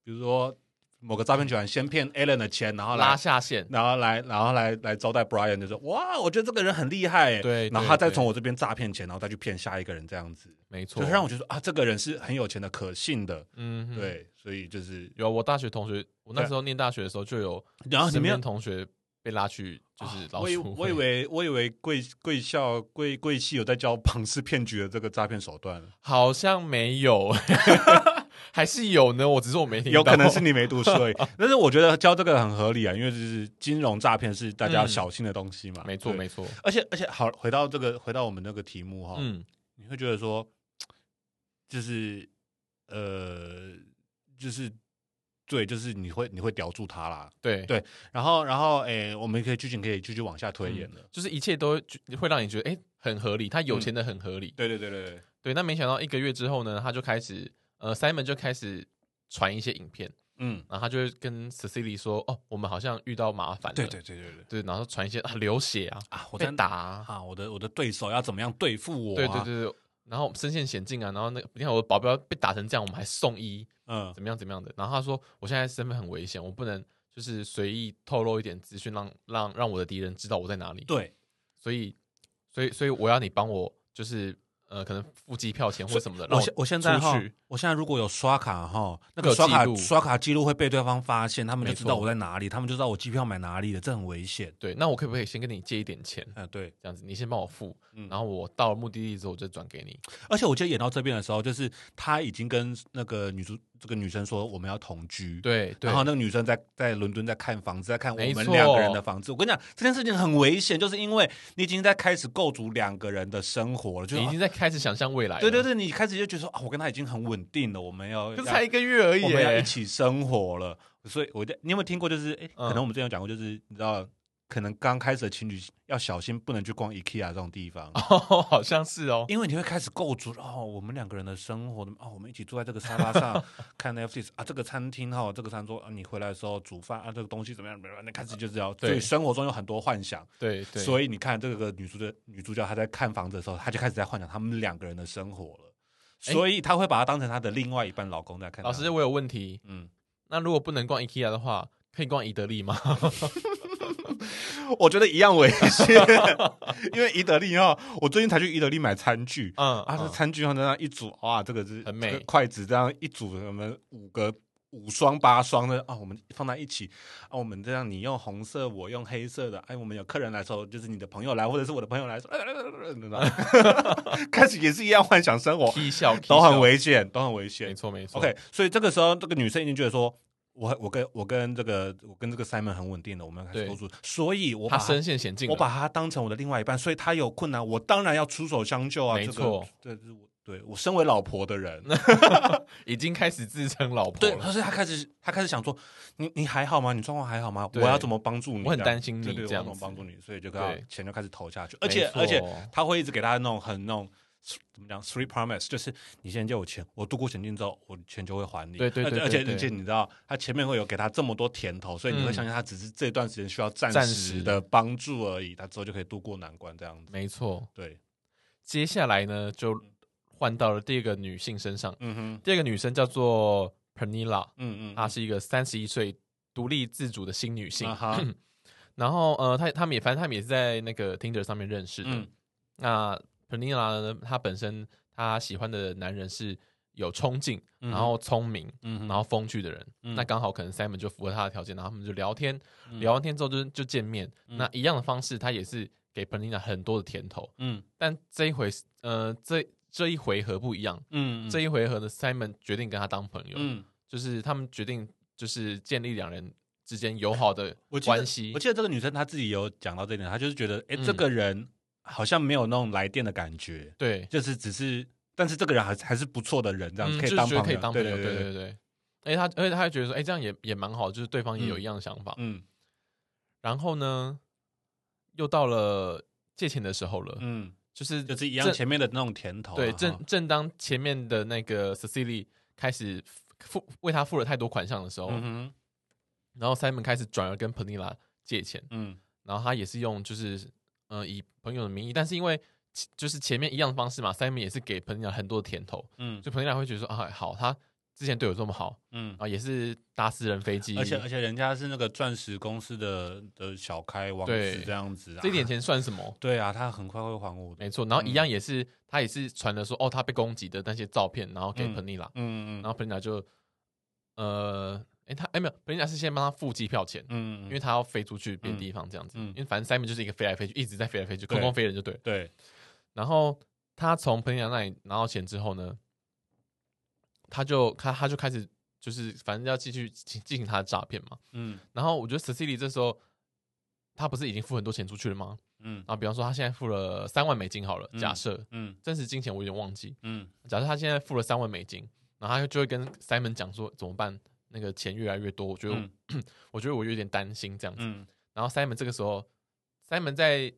Speaker 3: 比如说某个诈骗集团先骗 Alan 的钱，然后来
Speaker 1: 拉下线，
Speaker 3: 然后来，然后来来招待 Brian，就说哇，我觉得这个人很厉害
Speaker 2: 欸
Speaker 3: 耶，
Speaker 1: 对
Speaker 3: 然后
Speaker 1: 对
Speaker 3: 他再
Speaker 1: 对
Speaker 3: 从我这边诈骗钱，然后再去骗下一个人，这样子，
Speaker 1: 没错，
Speaker 3: 就是让我觉得啊，这个人是很有钱的、可信的，
Speaker 1: 嗯，嗯。
Speaker 3: 对，所以就是，
Speaker 1: 有啊我大学同学，我那
Speaker 3: 对啊
Speaker 1: 时候念大学的时候就有
Speaker 3: 然后你
Speaker 1: 身
Speaker 3: 没有啊
Speaker 1: 边，同学被拉去就是啊老
Speaker 2: 我以
Speaker 1: 鼠
Speaker 2: 我
Speaker 1: 会
Speaker 2: 以为我以为贵贵校贵贵系有在教庞氏骗局的这个诈骗手段，
Speaker 1: 好像没 有，还是有呢，我只是我没听到，
Speaker 2: 有可能是你没读书 而已。但是我觉得教这个很合理啊，因为就是金融诈骗是大家要
Speaker 1: 嗯
Speaker 2: 小心的东西嘛。
Speaker 1: 没错
Speaker 2: 对
Speaker 1: 没错，
Speaker 2: 而且而且好，回到这个回到我们那个题目哈、
Speaker 1: 嗯，
Speaker 2: 你会觉得说，就是呃，就是对，就是你会你会叼住他啦。
Speaker 1: 对
Speaker 2: 对然后然后诶、我们可以剧情可以继续往下推
Speaker 3: 嗯
Speaker 2: 演了。
Speaker 1: 就是一切都会让你觉得哎、诶很合理，他有钱的很合理，
Speaker 2: 对对对对对，
Speaker 1: 对，那没想到一个月之后呢，他就开始呃，Simon 就开始传一些影片，
Speaker 2: 嗯，
Speaker 1: 然后他就会跟 Cecily 说：“哦，我们好像遇到麻烦了。”
Speaker 3: 对对对对对
Speaker 1: 对然后传一些啊流血啊，
Speaker 3: 啊，我
Speaker 1: 被
Speaker 3: 在
Speaker 1: 打、啊，
Speaker 3: 啊，我的我的对手要怎么样对付我、啊？
Speaker 1: 对对对对，然后身陷险境啊，然后那个你看我的保镖被打成这样，我们还送医，
Speaker 2: 嗯
Speaker 1: 怎么样怎么样的。然后他说：“我现在身份很危险，我不能就是随意透露一点资讯，让让让我的敌人知道我在哪里。
Speaker 3: 对
Speaker 1: 所以，所以所以我要你帮我，就是呃，可能付机票钱或者什么的。让
Speaker 3: 我现我现在
Speaker 1: 出
Speaker 3: 哈
Speaker 1: 去，
Speaker 3: 我现在如果有刷卡哈，那
Speaker 1: 会
Speaker 3: 个刷
Speaker 1: 有
Speaker 3: 卡
Speaker 1: 记录
Speaker 3: 刷卡记录会被对方发现，他们就
Speaker 1: 没
Speaker 3: 知道
Speaker 1: 错
Speaker 3: 我在哪里，他们就知道我机票买哪里了，这很危险。
Speaker 1: 对，那我可不可以先跟你借一点钱？”
Speaker 3: 嗯，对。
Speaker 1: 这样子，你先帮我付，
Speaker 2: 嗯
Speaker 1: 然后我到了目的地之后我再转给你。
Speaker 3: 而且我记得演到这边的时候，就是他已经跟那个女主这个女生说我们要同居，
Speaker 1: 对对
Speaker 3: 然后那个女生在在伦敦在看房子，在看我
Speaker 1: 没
Speaker 3: 们
Speaker 1: 错
Speaker 3: 两个人的房子。我跟你讲，这件事情很危险，就是因为你已经在开始构筑两个人的生活了，就
Speaker 1: 你哎已经在开始想象未来
Speaker 3: 啊
Speaker 1: 了。
Speaker 3: 对对对，你开始就觉得说啊，我跟他已经很稳定了，我们要
Speaker 1: 可
Speaker 3: 要
Speaker 1: 是才一个月而已
Speaker 3: 我们要
Speaker 1: 耶
Speaker 3: 一。起生活了。所以我在你有没有听过？就是哎、诶
Speaker 1: 嗯
Speaker 3: 可能我们之前有讲过，就是你知道，可能刚开始的情侣要小心，不能去逛 IKEA 这种地方。
Speaker 1: 哦，好像是哦。
Speaker 3: 因为你会开始构筑哦，我们两个人的生活哦，我们一起坐在这个沙发 上看 Netflix 啊，这个餐厅哈、这个餐桌啊，你回来的时候煮饭啊，这个东西怎么样？怎么样？那开始就是要
Speaker 1: 对
Speaker 3: 对生活中有很多幻想，
Speaker 1: 对对，
Speaker 3: 所以你看这个女主角，女主角她在看房子的时候，她就开始在幻想他们两个人的生活了，
Speaker 1: 哎
Speaker 3: 所以她会把她当成她的另外一半老公在看她。
Speaker 1: 老师，我有问题。
Speaker 3: 嗯，
Speaker 1: 那如果不能逛 IKEA 的话，可以逛宜得利吗？
Speaker 2: 我觉得一样 危险，因为伊德利哈，我最近才去伊德利买餐具。
Speaker 1: 嗯
Speaker 2: 啊，这
Speaker 1: 嗯
Speaker 2: 餐具上那样一组，哇，这个是
Speaker 1: 很美
Speaker 2: 这个筷子这样一组，我们五个五双八双的啊，我们放在一起啊，我们这样你用红色，我用黑色的，哎，我们有客人来的时候，就是你的朋友来，或者是我的朋友来说，哎哎哎哎哎开始也是一样幻想生活，
Speaker 1: ，K 笑 K
Speaker 2: 都很
Speaker 1: 笑，
Speaker 2: 危险，都很危
Speaker 1: 没
Speaker 2: 险。
Speaker 1: 错没错。
Speaker 2: OK，所以这个时候，这个女生已经觉得说。我我跟我跟这个我跟这个 Simon 很稳定的，我们开始
Speaker 1: 对
Speaker 2: 做出，所以我把
Speaker 1: 他深陷险境了，
Speaker 2: 我把他当成我的另外一半，所以他有困难，我当然要出手相救啊！
Speaker 1: 没错
Speaker 2: 这个，对，这是我对我身为老婆 的人，哦
Speaker 1: 已经开始自称老婆
Speaker 3: 对，
Speaker 1: 了。
Speaker 3: 可是她开始她开始想说，你你还好吗？你状况还好吗？
Speaker 1: 对
Speaker 3: 我要怎么帮助
Speaker 2: 啊
Speaker 3: 你？
Speaker 1: 我很
Speaker 3: 这样
Speaker 1: 担心你
Speaker 3: 对对，我
Speaker 1: 这
Speaker 3: 要
Speaker 1: 样
Speaker 3: 怎么
Speaker 1: 子
Speaker 3: 帮助你？所以就跟他
Speaker 1: 对
Speaker 3: 钱就开始投下去，
Speaker 2: 而且
Speaker 1: 没错
Speaker 2: 而且他会一直给他那种很那种。怎么讲？Three promise 就是你现在借我钱，我度过险境之后，我钱就会还你。
Speaker 1: 对对对
Speaker 2: 而且
Speaker 1: 对
Speaker 2: 而
Speaker 1: 对
Speaker 2: 且而且你知道，他前面会有给他这么多甜头，所以你会
Speaker 1: 嗯
Speaker 2: 相信他只是这段时间需要
Speaker 1: 暂
Speaker 2: 暂
Speaker 1: 时
Speaker 2: 时的帮助而已，他之后就可以度过难关这样子。
Speaker 1: 没错。
Speaker 2: 对，
Speaker 1: 接下来呢，就换到了第二个女性身上。
Speaker 2: 嗯哼，
Speaker 1: 第二个女生叫做 Pernilla，
Speaker 2: 嗯 嗯，
Speaker 1: 她是一个三十一岁独立自主的新女性
Speaker 2: 啊。哈，
Speaker 1: 然后呃，他他们也反正他们也是在那个 Tinder 上面认识的。
Speaker 2: 嗯
Speaker 1: 那 Pernilla 呢，她本身她喜欢的男人是有冲劲，
Speaker 2: 嗯
Speaker 1: 然后聪明，
Speaker 2: 嗯哼
Speaker 1: 然后风趣的人。
Speaker 2: 嗯
Speaker 1: 那刚好可能 Simon 就符合他的条件，然后他们就聊天，
Speaker 2: 嗯
Speaker 1: 聊完天之后就就见面。
Speaker 2: 嗯
Speaker 1: 那一样的方式，他也是给 Pernilla 很多的甜头，
Speaker 2: 嗯
Speaker 1: 但这一回呃这这一回合不一样。
Speaker 2: 嗯
Speaker 1: 这一回合呢，Simon 决定跟他当朋友，
Speaker 2: 嗯，
Speaker 1: 就是他们决定就是建立两人之间友好的
Speaker 2: 我记得
Speaker 1: 关系
Speaker 2: 我。记得这个女生她自己有讲到这一点，她就是觉得，哎、
Speaker 1: 嗯
Speaker 2: 这个人好像没有那种来电的感觉，
Speaker 1: 对，
Speaker 2: 就是只是，但是这个人还是还是不错的人，这样、
Speaker 1: 嗯
Speaker 2: 可以
Speaker 1: 就
Speaker 2: 当
Speaker 1: 是觉
Speaker 2: 朋
Speaker 1: 得可
Speaker 2: 友，
Speaker 1: 以当朋友，
Speaker 2: 对
Speaker 1: 对对
Speaker 2: 对
Speaker 1: 对。而且他，而且他还觉得说，哎、这样也也蛮好，就是对方也有一样的想法。
Speaker 2: 嗯
Speaker 1: 然后呢，又到了借钱的时候了，
Speaker 2: 嗯，
Speaker 1: 就是
Speaker 2: 就是一样
Speaker 1: 正
Speaker 2: 前面的那种甜头啊、
Speaker 1: 对，
Speaker 2: 哈
Speaker 1: 正正当前面的那个 Cecily 开始付为他付了太多款项的时候，
Speaker 2: 嗯哼，
Speaker 1: 然后 Simon 开始转而跟 Penilla 借钱，
Speaker 2: 嗯
Speaker 1: 然后他也是用就是嗯、呃以朋友的名义，但是因为其就是前面一样的方式嘛，Simon 也是给 Penilla 很多的甜头，
Speaker 2: 嗯
Speaker 1: 就 Penilla 会觉得说啊好，他之前对我这么好，
Speaker 2: 嗯
Speaker 1: 然，后也是搭私人飞机，
Speaker 2: 而且而且人家是那个钻石公司的的小开王
Speaker 1: 对
Speaker 2: 子这样子、啊，嗯
Speaker 1: 这一点钱算什么？
Speaker 2: 对啊，他很快会还我的，
Speaker 1: 没错，然后一样也是、他也是传了说哦他被攻击的那些照片，然后给
Speaker 2: 嗯
Speaker 1: Penilla，、
Speaker 2: 嗯嗯，
Speaker 1: 然后 Penilla 就呃哎他哎没有 Penilla 是先帮他付机票钱。
Speaker 2: 嗯，
Speaker 1: 因为他要飞出去别的
Speaker 2: 嗯
Speaker 1: 地方，这样子，
Speaker 2: 嗯
Speaker 1: 因为反正 Simon 就是一个飞来飞去，一直在飞来飞去，空
Speaker 2: 对
Speaker 1: 中飞人就对了。
Speaker 2: 对，
Speaker 1: 然后他从彭雅那里拿到钱之后呢，他就他他就开始就是反正要继续进进行他的诈骗嘛。
Speaker 2: 嗯
Speaker 1: 然后我觉得 Cecily 这时候他不是已经付很多钱出去了吗？
Speaker 2: 嗯
Speaker 1: 啊，比方说他现在付了三万美金好了，
Speaker 2: 嗯
Speaker 1: 假设
Speaker 2: 嗯
Speaker 1: 真实金钱我有点忘记，
Speaker 2: 嗯
Speaker 1: 假设他现在付了三万美金，然后他就会跟 Simon 讲说怎么办？那个钱越来越多，我觉得我、
Speaker 2: 嗯
Speaker 1: 我觉得我有点担心这样子。
Speaker 2: 嗯
Speaker 1: 然后 Simon 这个时候，Simon 在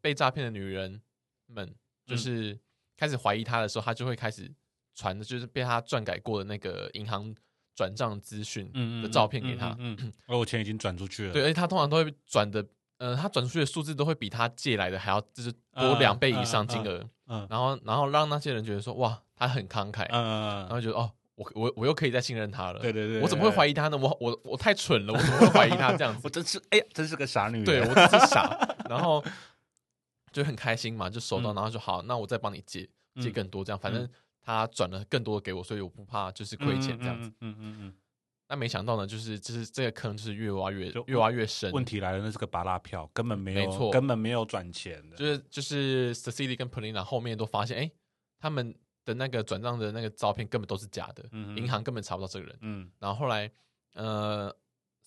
Speaker 1: 被诈骗的女人们
Speaker 2: 嗯
Speaker 1: 就是开始怀疑他的时候，他就会开始传的就是被他篡改过的那个银行转账资讯
Speaker 2: 嗯
Speaker 1: 的照片给他。
Speaker 2: 嗯，嗯嗯而我钱已经转出去了，
Speaker 1: 对，而且他通常都会转的，呃，他转出去的数字都会比他借来的还要就是
Speaker 2: 啊
Speaker 1: 多两倍以上金额，
Speaker 2: 嗯，
Speaker 1: 然后然后让那些人觉得说哇，他很慷慨，
Speaker 2: 嗯
Speaker 1: 然
Speaker 2: 嗯，
Speaker 1: 后觉得哦。我我我又可以再信任他了，
Speaker 2: 对对对
Speaker 1: 我怎么会怀疑他呢？我我我太蠢了，我怎 么会怀疑他这样子？
Speaker 2: 我真是哎呀，真是个傻女人，
Speaker 1: 对我只是傻，然后就很开心嘛，就收到，
Speaker 2: 嗯
Speaker 1: 然后就好，那我再帮你借借
Speaker 2: 嗯
Speaker 1: 更多，这样反正他转了更多给我，所以我不怕就是亏钱这样子。，
Speaker 2: 嗯嗯
Speaker 1: 那没想到呢，就是就是这个坑就是越挖越
Speaker 2: 就
Speaker 1: 越挖越深
Speaker 2: 嗯，，问题来了，那是个拔拉票，根本没有，
Speaker 1: 没错
Speaker 2: 根本没有转钱的，
Speaker 1: 就是就是 Cecily 跟 Polina 后面都发现，哎，他们的那个转账的那个照片根本都是假的，
Speaker 2: 嗯哼
Speaker 1: 银行根本查不到这个人。
Speaker 2: 嗯
Speaker 1: 然后后来，呃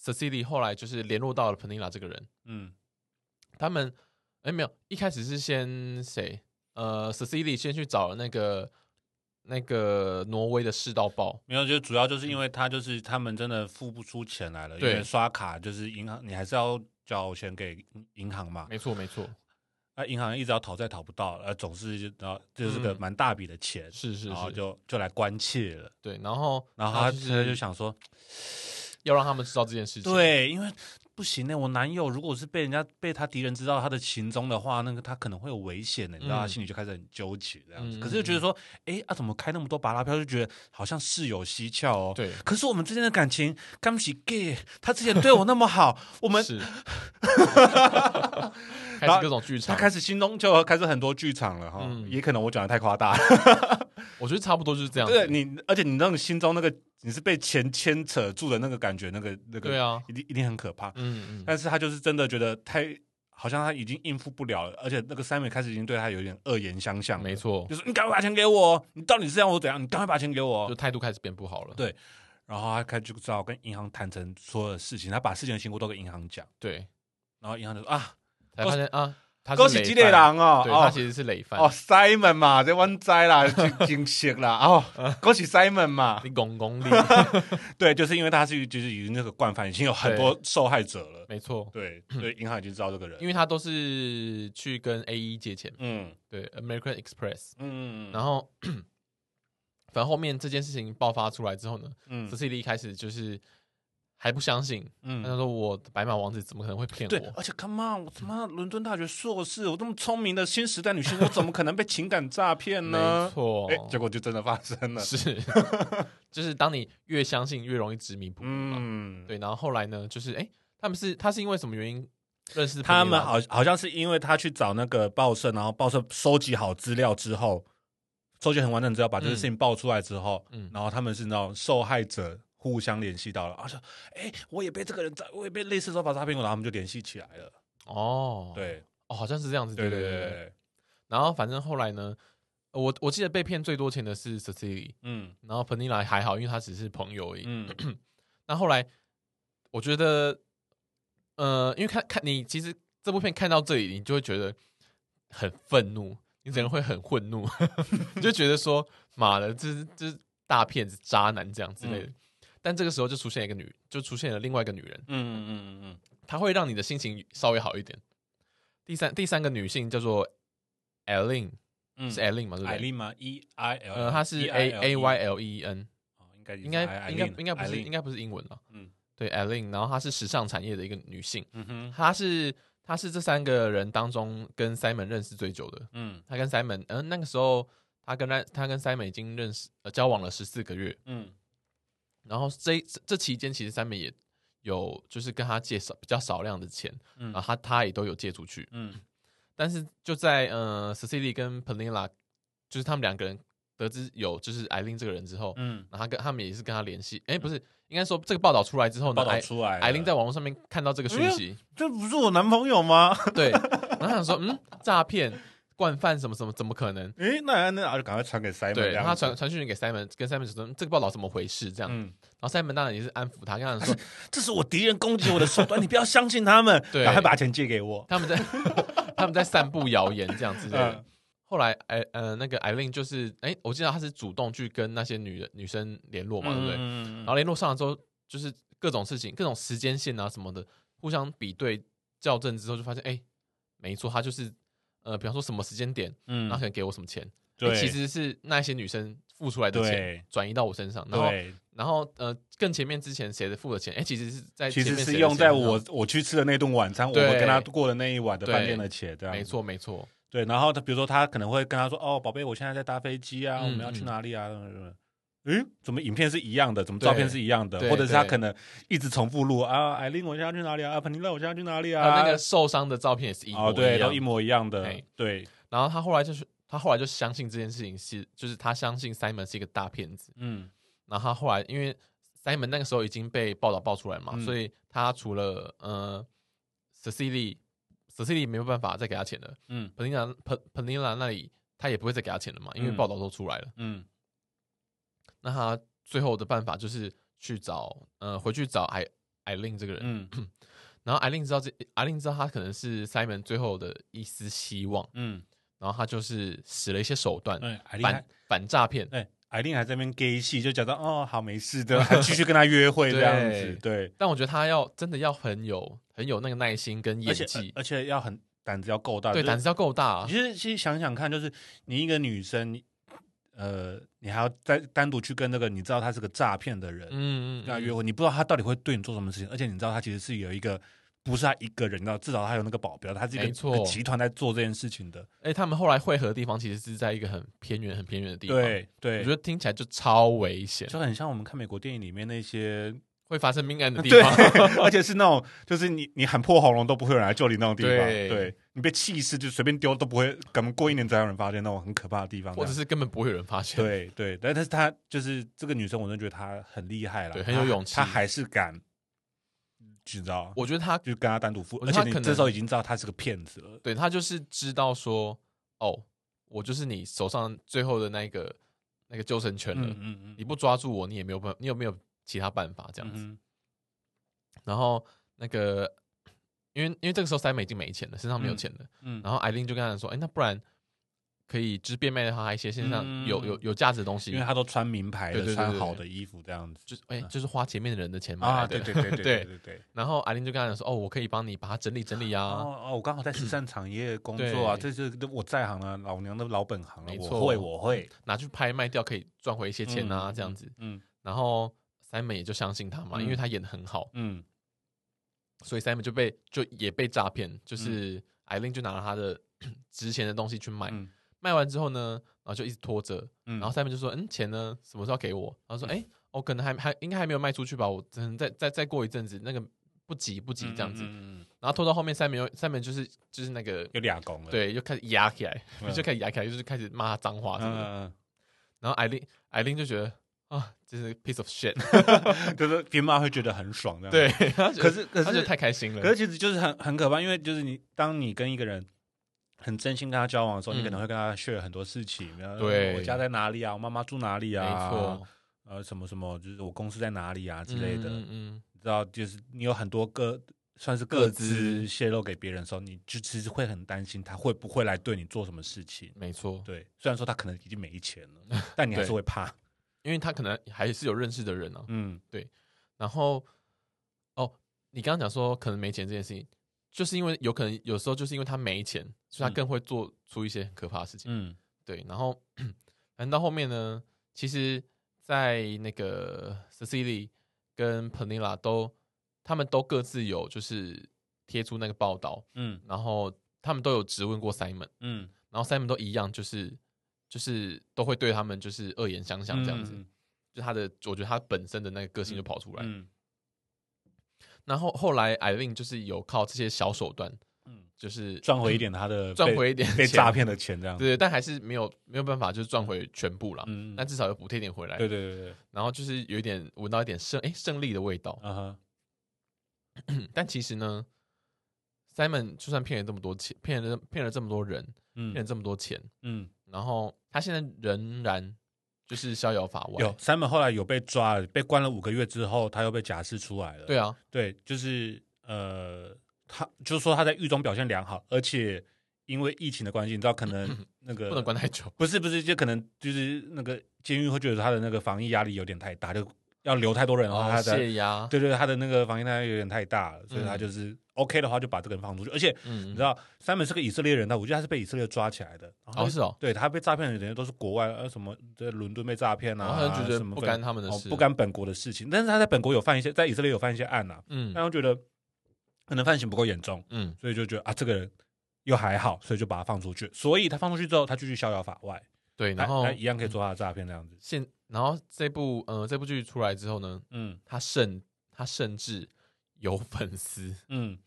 Speaker 1: ，Cecily 后来就是联络到了 Polina 这个人，
Speaker 2: 嗯
Speaker 1: 他们哎没有，一开始是先谁？呃，Cecily 先去找那个那个挪威的世道报，
Speaker 2: 没有，就主要就是因为他就是他们真的付不出钱来了，因
Speaker 1: 对
Speaker 2: 为刷卡就是银行，你还是要交钱给银行嘛，
Speaker 1: 没错没错，
Speaker 2: 那银行一直要讨债讨不到，呃，总是然后就是个
Speaker 1: 嗯
Speaker 2: 蛮大笔的钱，
Speaker 1: 是是
Speaker 2: 然后
Speaker 1: 是，
Speaker 2: 就就来关切了，
Speaker 1: 对，然后
Speaker 2: 然后他
Speaker 1: 就
Speaker 2: 他就是想说，
Speaker 1: 要让他们知道这件事情，，
Speaker 2: 对，因为不行呢，我男友如果是被人家被他敌人知道他的行踪的话，那个他可能会有危险的，你知道，他
Speaker 1: 嗯
Speaker 2: 心里就开始很纠结这样子。
Speaker 1: 嗯
Speaker 2: 可是就觉得说，哎、啊，怎么开那么多巴拉票，就觉得好像事有蹊跷哦。
Speaker 1: 对
Speaker 2: 可是我们之间的感情，刚不起 gay，他之前对我那么好，我们
Speaker 1: 是，开始
Speaker 2: 然后
Speaker 1: 各种剧
Speaker 2: 他
Speaker 1: 场，
Speaker 2: 开始心中就开始很多剧场了哈。
Speaker 1: 啊嗯
Speaker 2: 也可能我讲的太夸大了，
Speaker 1: 我觉得差不多就是这样
Speaker 2: 对
Speaker 1: 子，
Speaker 2: 你，而且你那种心中那个你是被钱牵扯住的那个感觉，那个那个，
Speaker 1: 对啊，
Speaker 2: 一定一定很可怕。
Speaker 1: 嗯嗯，
Speaker 2: 但是他就是真的觉得太好像他已经应付不了了，而且那个 Simon 开始已经对他有点恶言相向了，
Speaker 1: 没错，
Speaker 2: 就是你赶快把钱给我，你到底是让我怎样？你赶快把钱给
Speaker 1: 就
Speaker 2: 我。
Speaker 1: 态度开始变不好了，
Speaker 2: 对然后他开始就只好跟银行坦诚所有的事情，他把事情的经过都跟银行讲，
Speaker 1: 对，
Speaker 2: 然后银行就说啊，
Speaker 1: 才发现啊，他
Speaker 2: 恭
Speaker 1: 是
Speaker 2: 喜
Speaker 1: 累
Speaker 2: 积累
Speaker 1: 犯，
Speaker 2: 狼哦，
Speaker 1: 对他
Speaker 2: 哦
Speaker 1: 其实是累犯
Speaker 2: 哦，Simon 嘛，这湾 灾啦，惊喜啦，哦，恭喜 Simon 嘛，
Speaker 1: 你拱拱 你，
Speaker 2: 对，就是因为他是就是已经那个惯犯，已经有很多受害者了，
Speaker 1: 没错，
Speaker 2: 对，所以银行已经知道这个人，
Speaker 1: 因为他都是去跟 A E 借钱，
Speaker 2: 嗯
Speaker 1: 对 American Express。
Speaker 2: 嗯，
Speaker 1: 然
Speaker 2: 后
Speaker 1: 后， 反正后面这件事情爆发出来之后呢
Speaker 2: 嗯
Speaker 1: ，Cecily 一开始就是还不相信，
Speaker 2: 嗯
Speaker 1: 他就说：“我的白马王子怎么可能会骗
Speaker 2: 对，
Speaker 1: 我
Speaker 2: 而且 come on，我他妈伦敦大学硕士，我这么聪明的新时代女性，我怎么可能被情感诈？”骗
Speaker 1: 没
Speaker 2: 嗯呢？
Speaker 1: 错
Speaker 2: 哎、，结果就真的发生了。
Speaker 1: 是， 就是当你越相信，越容易执迷不悟嘛。
Speaker 2: 嗯，
Speaker 1: 对，然后后来呢，就是哎，他们是他是因为什么原因认识
Speaker 2: 他
Speaker 1: 朋
Speaker 2: 们
Speaker 1: 友
Speaker 2: 好好像是因为他去找那个报社，然后报社收集好资料之后，收集很完整资料，把这件事情爆出来之后，
Speaker 1: 嗯
Speaker 2: 然后他们是那种受害者互相联系到了，啊说，哎，我也被这个人诈，我也被类似手法诈骗过，然后他们就联系起来了。
Speaker 1: 哦，，
Speaker 2: 对，
Speaker 1: 哦，好像是这样子，
Speaker 2: 对
Speaker 1: 对
Speaker 2: 对对
Speaker 1: 对
Speaker 2: 对，对，
Speaker 1: 然后反正后来呢，呃我我记得被骗最多钱的是 Cecily，
Speaker 2: 嗯
Speaker 1: 然后 Penila 还好，因为他只是朋友而已。
Speaker 2: 嗯，
Speaker 1: 那后来我觉得，呃，因为看看你其实这部片看到这里，你就会觉得很愤怒，你整个人会很愤怒， 你就觉得说妈的，这是这是大骗子、渣男这样之类的。但这个时候就出现一个女，就出现了另外一个女人，
Speaker 2: 嗯嗯嗯嗯
Speaker 1: 她会让你的心情稍微好一点。第三第三个女性叫做 Eileen，、
Speaker 2: 嗯，
Speaker 1: 是 Eileen 吗？对不
Speaker 2: 艾
Speaker 1: 对？
Speaker 2: 琳吗？E I L，哦
Speaker 1: 呃，她是 A A Y L E E N，
Speaker 2: 应该
Speaker 1: 应该应该应该不是应
Speaker 2: 该，
Speaker 1: 该不是英文了。
Speaker 2: 嗯
Speaker 1: 对 e l i n 然后她是时尚产业的一个女性，
Speaker 2: 嗯哼，
Speaker 1: 她是她是这三个人当中跟 Simon 认识最久的。
Speaker 2: 嗯
Speaker 1: 她跟 Simon，嗯、那个时候她跟她她跟 Simon 已经认识呃交往了十四个月，
Speaker 2: 嗯
Speaker 1: 然后这这这期间其实 Simon 也有就是跟她借少比较少量的钱，
Speaker 2: 嗯
Speaker 1: 然后她她也都有借出去，
Speaker 2: 嗯
Speaker 1: 但是就在呃 Cecily 跟 Penilla 就是他们两个人得知有就是 Eileen 这个人之后，
Speaker 2: 嗯，
Speaker 1: 然后他跟他们也是跟他联系，哎，不是，应该说这个报道出来之后呢，
Speaker 2: 报道
Speaker 1: 艾
Speaker 2: 出来了，
Speaker 1: 艾琳哎在网络上面看到这个讯息，
Speaker 2: 这不是我男朋友吗？
Speaker 1: 对，然后她想说，嗯，诈骗、惯犯什么什么，怎么可能？
Speaker 2: 诶，那那那就赶快传给 Simon，
Speaker 1: 对，
Speaker 2: 这
Speaker 1: 然
Speaker 2: 样
Speaker 1: 后他
Speaker 2: 子
Speaker 1: 传传讯给 Simon，跟 Simon 说嗯这个报道怎么回事这样，
Speaker 2: 嗯，
Speaker 1: 然后 Simon 当然也是安抚他，跟他说
Speaker 2: 这是我敌人攻击我的手段，你不要相信他们，
Speaker 1: 对
Speaker 2: 赶快把钱借给我。
Speaker 1: 他们在 他们在散布谣言这样之类的
Speaker 2: 嗯。
Speaker 1: 后来，哎呃，那个艾琳就是，哎，我记得她是主动去跟那些女人女生联络嘛，对不对？
Speaker 2: 嗯
Speaker 1: 然后联络上了之后，就是各种事情、各种时间线啊什么的，互相比对校正之后，就发现哎、诶没错，他就是呃，比方说什么时间点，然
Speaker 2: 嗯
Speaker 1: 后可能给我什么钱，诶
Speaker 2: 对，
Speaker 1: 其实是那些女生付出来的钱
Speaker 2: 对
Speaker 1: 转移到我身上，然后
Speaker 2: 对，
Speaker 1: 然后呃，更前面之前谁的付的钱，哎、其实是在
Speaker 2: 其
Speaker 1: 前
Speaker 2: 实
Speaker 1: 面谁
Speaker 2: 是
Speaker 1: 的
Speaker 2: 用
Speaker 1: 钱
Speaker 2: 在
Speaker 1: 身上
Speaker 2: 我我去吃的那顿晚餐，我
Speaker 1: 对
Speaker 2: 们跟他过的那一晚的饭店的钱，这样
Speaker 1: 没。错没错，
Speaker 2: 对，然后他比如说他可能会跟他说：“哦，宝贝，我现在在搭飞机啊，
Speaker 1: 嗯
Speaker 2: 我们要去哪里啊？”嗯，怎么影片是一样的？怎么
Speaker 1: 对
Speaker 2: 照片是一样的？
Speaker 1: 对
Speaker 2: 或者是他
Speaker 1: 对
Speaker 2: 可能一直重复录啊，艾琳，我现在要去哪里啊？啊，彭丽乐，我现在要去哪里
Speaker 1: 然后
Speaker 2: 啊？
Speaker 1: 那个受伤的照片也是一模
Speaker 2: 哦，对，
Speaker 1: 一样
Speaker 2: 都一模一样的
Speaker 1: 哎，
Speaker 2: 对，
Speaker 1: 然后他后来就是他后来就相信这件事情是，就是他相信 Simon 是一个大骗子。
Speaker 2: 嗯
Speaker 1: 然后他后来因为 Simon 那个时候已经被报道爆出来嘛，
Speaker 2: 嗯
Speaker 1: 所以他除了呃 Cecily Cecily 没有办法再给他钱了
Speaker 2: 嗯
Speaker 1: ，Penilla Pen- Penilla 那里他也不会再给他钱了嘛，因为
Speaker 2: 嗯
Speaker 1: 报道都出来了。
Speaker 2: 嗯
Speaker 1: 那他最后的办法就是去找呃回去找艾艾琳这个人，
Speaker 2: 嗯
Speaker 1: 然后艾琳知道这艾琳知道他可能是 Simon 最后的一丝希望，
Speaker 2: 嗯，
Speaker 1: 然后他就是使了一些手段。
Speaker 2: 哎，艾琳还
Speaker 1: 反反诈骗，
Speaker 2: 哎，艾琳还在那边 gay 戏，就假装哦好没事的，还继续跟他约会这样 子，对，
Speaker 1: 但我觉得他要真的要很有很有那个耐心跟演
Speaker 2: 而且
Speaker 1: 技，
Speaker 2: 而且要很胆子要够大，
Speaker 1: 对，
Speaker 2: 啊就是
Speaker 1: 胆子要够大、啊
Speaker 2: 你其实其实想想看，就是你一个女生，你呃，你还要再单独去跟那个你知道他是个诈骗的人
Speaker 1: 嗯嗯
Speaker 2: 跟他约
Speaker 1: 嗯，
Speaker 2: 会，你不知道他到底会对你做什么事情，而且你知道他其实是有一个不是他一个人，你知道至少他有那个保镖，他是一个
Speaker 1: 没错
Speaker 2: 一个集团在做这件事情的。
Speaker 1: 哎、他们后来汇合的地方其实是在一个很偏远、很偏远的地方，，
Speaker 2: 对对，
Speaker 1: 我觉得听起来就超危险，
Speaker 2: 就很像我们看美国电影里面那些，
Speaker 1: 会发生命案的地
Speaker 2: 对
Speaker 1: 方，，
Speaker 2: 而且是那种就是你你喊破喉咙都不会有人来救你那种地方，
Speaker 1: 对
Speaker 2: 对你被气死就随便丢都不会，可能过一年才有人发现那种很可怕的地方，这
Speaker 1: 或
Speaker 2: 样
Speaker 1: 者是根本不会有人发现，
Speaker 2: 对对，但但是她就是这个女生，我真的觉得她很厉害了，
Speaker 1: 对很有
Speaker 2: 她
Speaker 1: 勇气
Speaker 2: 她还是敢，知道，
Speaker 1: 我觉得他
Speaker 2: 就跟她单独付，
Speaker 1: 我
Speaker 2: 而
Speaker 1: 觉得
Speaker 2: 且
Speaker 1: 她
Speaker 2: 你
Speaker 1: 可
Speaker 2: 这时候
Speaker 1: 能
Speaker 2: 已经知道她是个骗子了，
Speaker 1: 对他就是知道说，哦，我就是你手上最后的那个那个救生圈了，
Speaker 2: 嗯嗯
Speaker 1: 你不抓住我，你也没有办，你有没有其他办法这样子？
Speaker 2: 嗯
Speaker 1: 然后那个，因为因为这个时候 Simon 已经没钱了，身上没有
Speaker 2: 嗯
Speaker 1: 钱了。
Speaker 2: 嗯
Speaker 1: 然后艾琳就跟他说：“哎、那不然可以就是变卖他一些身上
Speaker 2: 嗯
Speaker 1: 有、有有价值的东西，
Speaker 2: 因为她都穿名牌
Speaker 1: 对
Speaker 2: 的，
Speaker 1: 对对
Speaker 2: 穿
Speaker 1: 对
Speaker 2: 好
Speaker 1: 对
Speaker 2: 的衣服这样子嗯
Speaker 1: 就是哎、就是花前面的人的钱买来
Speaker 2: 啊，
Speaker 1: 的。
Speaker 2: 对对 对对
Speaker 1: 对
Speaker 2: 对对对。
Speaker 1: 然后艾琳就跟他讲说：“哦，我可以帮你把它整理整理啊。
Speaker 2: 哦哦，我刚好在时尚产业工作啊，
Speaker 1: 对
Speaker 2: 这就是我在行啊，老娘的老本行了，
Speaker 1: 没错
Speaker 2: 我会我会，
Speaker 1: 拿去拍卖掉可以赚回一些钱啊，
Speaker 2: 嗯
Speaker 1: 这样子。
Speaker 2: 嗯”
Speaker 1: 然后 Simon 也就相信他嘛，
Speaker 2: 嗯
Speaker 1: 因为他演的很好，
Speaker 2: 嗯
Speaker 1: 所以 Simon 就被就也被诈骗，
Speaker 2: 嗯
Speaker 1: 就是艾琳就拿了他的 值钱的东西去卖，
Speaker 2: 嗯
Speaker 1: 卖完之后呢，然后就一直拖着，
Speaker 2: 嗯，
Speaker 1: 然后 Simon 就说：“嗯，钱呢？哦什么时候要给我？”然后说：“哎、我、可能还还应该还没有卖出去吧，我可能再再再过一阵子，那个不急不急这样子，
Speaker 2: 嗯嗯嗯嗯
Speaker 1: 然后拖到后面三门又三门就是就是那个
Speaker 2: 有俩公了，
Speaker 1: 对，又开始压起来，
Speaker 2: 嗯
Speaker 1: 就开始压起来，就是开始骂他脏话
Speaker 2: 嗯，
Speaker 1: 什么的。
Speaker 2: 嗯
Speaker 1: 然后艾琳艾琳就觉得啊，这是 piece of shit，
Speaker 2: 嗯就是边骂会觉得很爽这样。
Speaker 1: 对，她觉得
Speaker 2: 可是可
Speaker 1: 她觉
Speaker 2: 是
Speaker 1: 得太开心了，
Speaker 2: 可是其实就是很很可怕，因为就是你当你跟一个人很真心跟他交往的时候，你可能会跟他 share 很多事情，然后
Speaker 1: 对
Speaker 2: 我家在哪里啊，我妈妈住哪里啊，
Speaker 1: 没错，
Speaker 2: 呃，什么什么，就是我公司在哪里啊之类的，
Speaker 1: 嗯嗯嗯，
Speaker 2: 你知道，就是你有很多个算是
Speaker 1: 各
Speaker 2: 各
Speaker 1: 自
Speaker 2: 自泄露给别人的时候，你就其实会很担心他会不会来对你做什么事情。
Speaker 1: 没错，
Speaker 2: 对，虽然说他可能已经没钱 了，但你还是
Speaker 1: 对
Speaker 2: 会怕。
Speaker 1: 因为他可能还是有认识的人啊。
Speaker 2: 嗯，
Speaker 1: 然后哦，你刚刚讲说可能没钱这件事情，就是因为有可能有时候就是因为他没钱，所以他
Speaker 2: 嗯
Speaker 1: 更会做出一些很可怕的事情。
Speaker 2: 嗯，
Speaker 1: 对，然后反正到后面呢，其实，在那个 Cecily 跟 Penilla 都，他们都各自有就是贴出那个报道，
Speaker 2: 嗯
Speaker 1: 然后他们都有质问过 Simon，
Speaker 2: 嗯，
Speaker 1: 然后 Simon 都一样，就是就是都会对他们就是恶言相向这样子，
Speaker 2: 嗯
Speaker 1: 就他的我觉得他本身的那个个性就跑出来。
Speaker 2: 嗯
Speaker 1: 然后后来 Irene 就是有靠这些小手段，
Speaker 2: 嗯，
Speaker 1: 就是
Speaker 2: 赚回一点他的
Speaker 1: 赚
Speaker 2: 被
Speaker 1: 回一点
Speaker 2: 被
Speaker 1: 钱
Speaker 2: 诈，骗的钱这样。
Speaker 1: 对，但还是没有没有办法就是赚回全部啦。
Speaker 2: 嗯，嗯
Speaker 1: 但至少有补贴点回来。
Speaker 2: 对对对对，
Speaker 1: 然后就是有一点闻到一点胜哎胜利的味道，
Speaker 2: 啊哈，
Speaker 1: 但其实呢，Simon 就算骗了这么多钱，骗了骗了这么多人，骗了
Speaker 2: 嗯
Speaker 1: 这么多钱，
Speaker 2: 嗯，
Speaker 1: 然后他现在仍然就是逍遥法外。
Speaker 2: 有 Simon 后来有被抓了，被关了五个月之后，他又被假释出来了。
Speaker 1: 对啊，
Speaker 2: 对，就是呃，他就是说他在狱中表现良好，而且因为疫情的关系，你知道可能那个
Speaker 1: 嗯不能关太久。
Speaker 2: 不是不是，就可能就是那个监狱会觉得他的那个防疫压力有点太大，就要留太多人， 然后
Speaker 1: 哦，
Speaker 2: 他的、
Speaker 1: 谢压，
Speaker 2: 对对他的那个防疫压力有点太大了，所以他
Speaker 1: 嗯
Speaker 2: 就是 OK 的话就把这个人放出去，而且。
Speaker 1: 嗯，
Speaker 2: 你
Speaker 1: 嗯
Speaker 2: 知道，山本是个以色列人，他我记得他是被以色列抓起来的。然后他
Speaker 1: 哦是哦，
Speaker 2: 对他被诈骗的人都是国外，呃，什么在伦敦被诈骗
Speaker 1: 然
Speaker 2: 啊，
Speaker 1: 哦后他就觉
Speaker 2: 什
Speaker 1: 得
Speaker 2: 么
Speaker 1: 不
Speaker 2: 分
Speaker 1: 干他们的
Speaker 2: 哦
Speaker 1: 事，
Speaker 2: 不，干本国的事情。但是他在本国有犯一些，在以色列有犯一些案啊，但
Speaker 1: 嗯
Speaker 2: 他觉得可能犯行不够严重，
Speaker 1: 嗯，
Speaker 2: 所以就觉得啊，这个人又还好，所以就把他放出去。所以他放出去之后，他继续逍遥法外，
Speaker 1: 对，
Speaker 2: 他
Speaker 1: 然后嗯
Speaker 2: 他一样可以做他的诈骗那样子。
Speaker 1: 现然后这部呃这部剧出来之后呢，
Speaker 2: 嗯
Speaker 1: 他甚他甚至有粉丝，
Speaker 2: 嗯，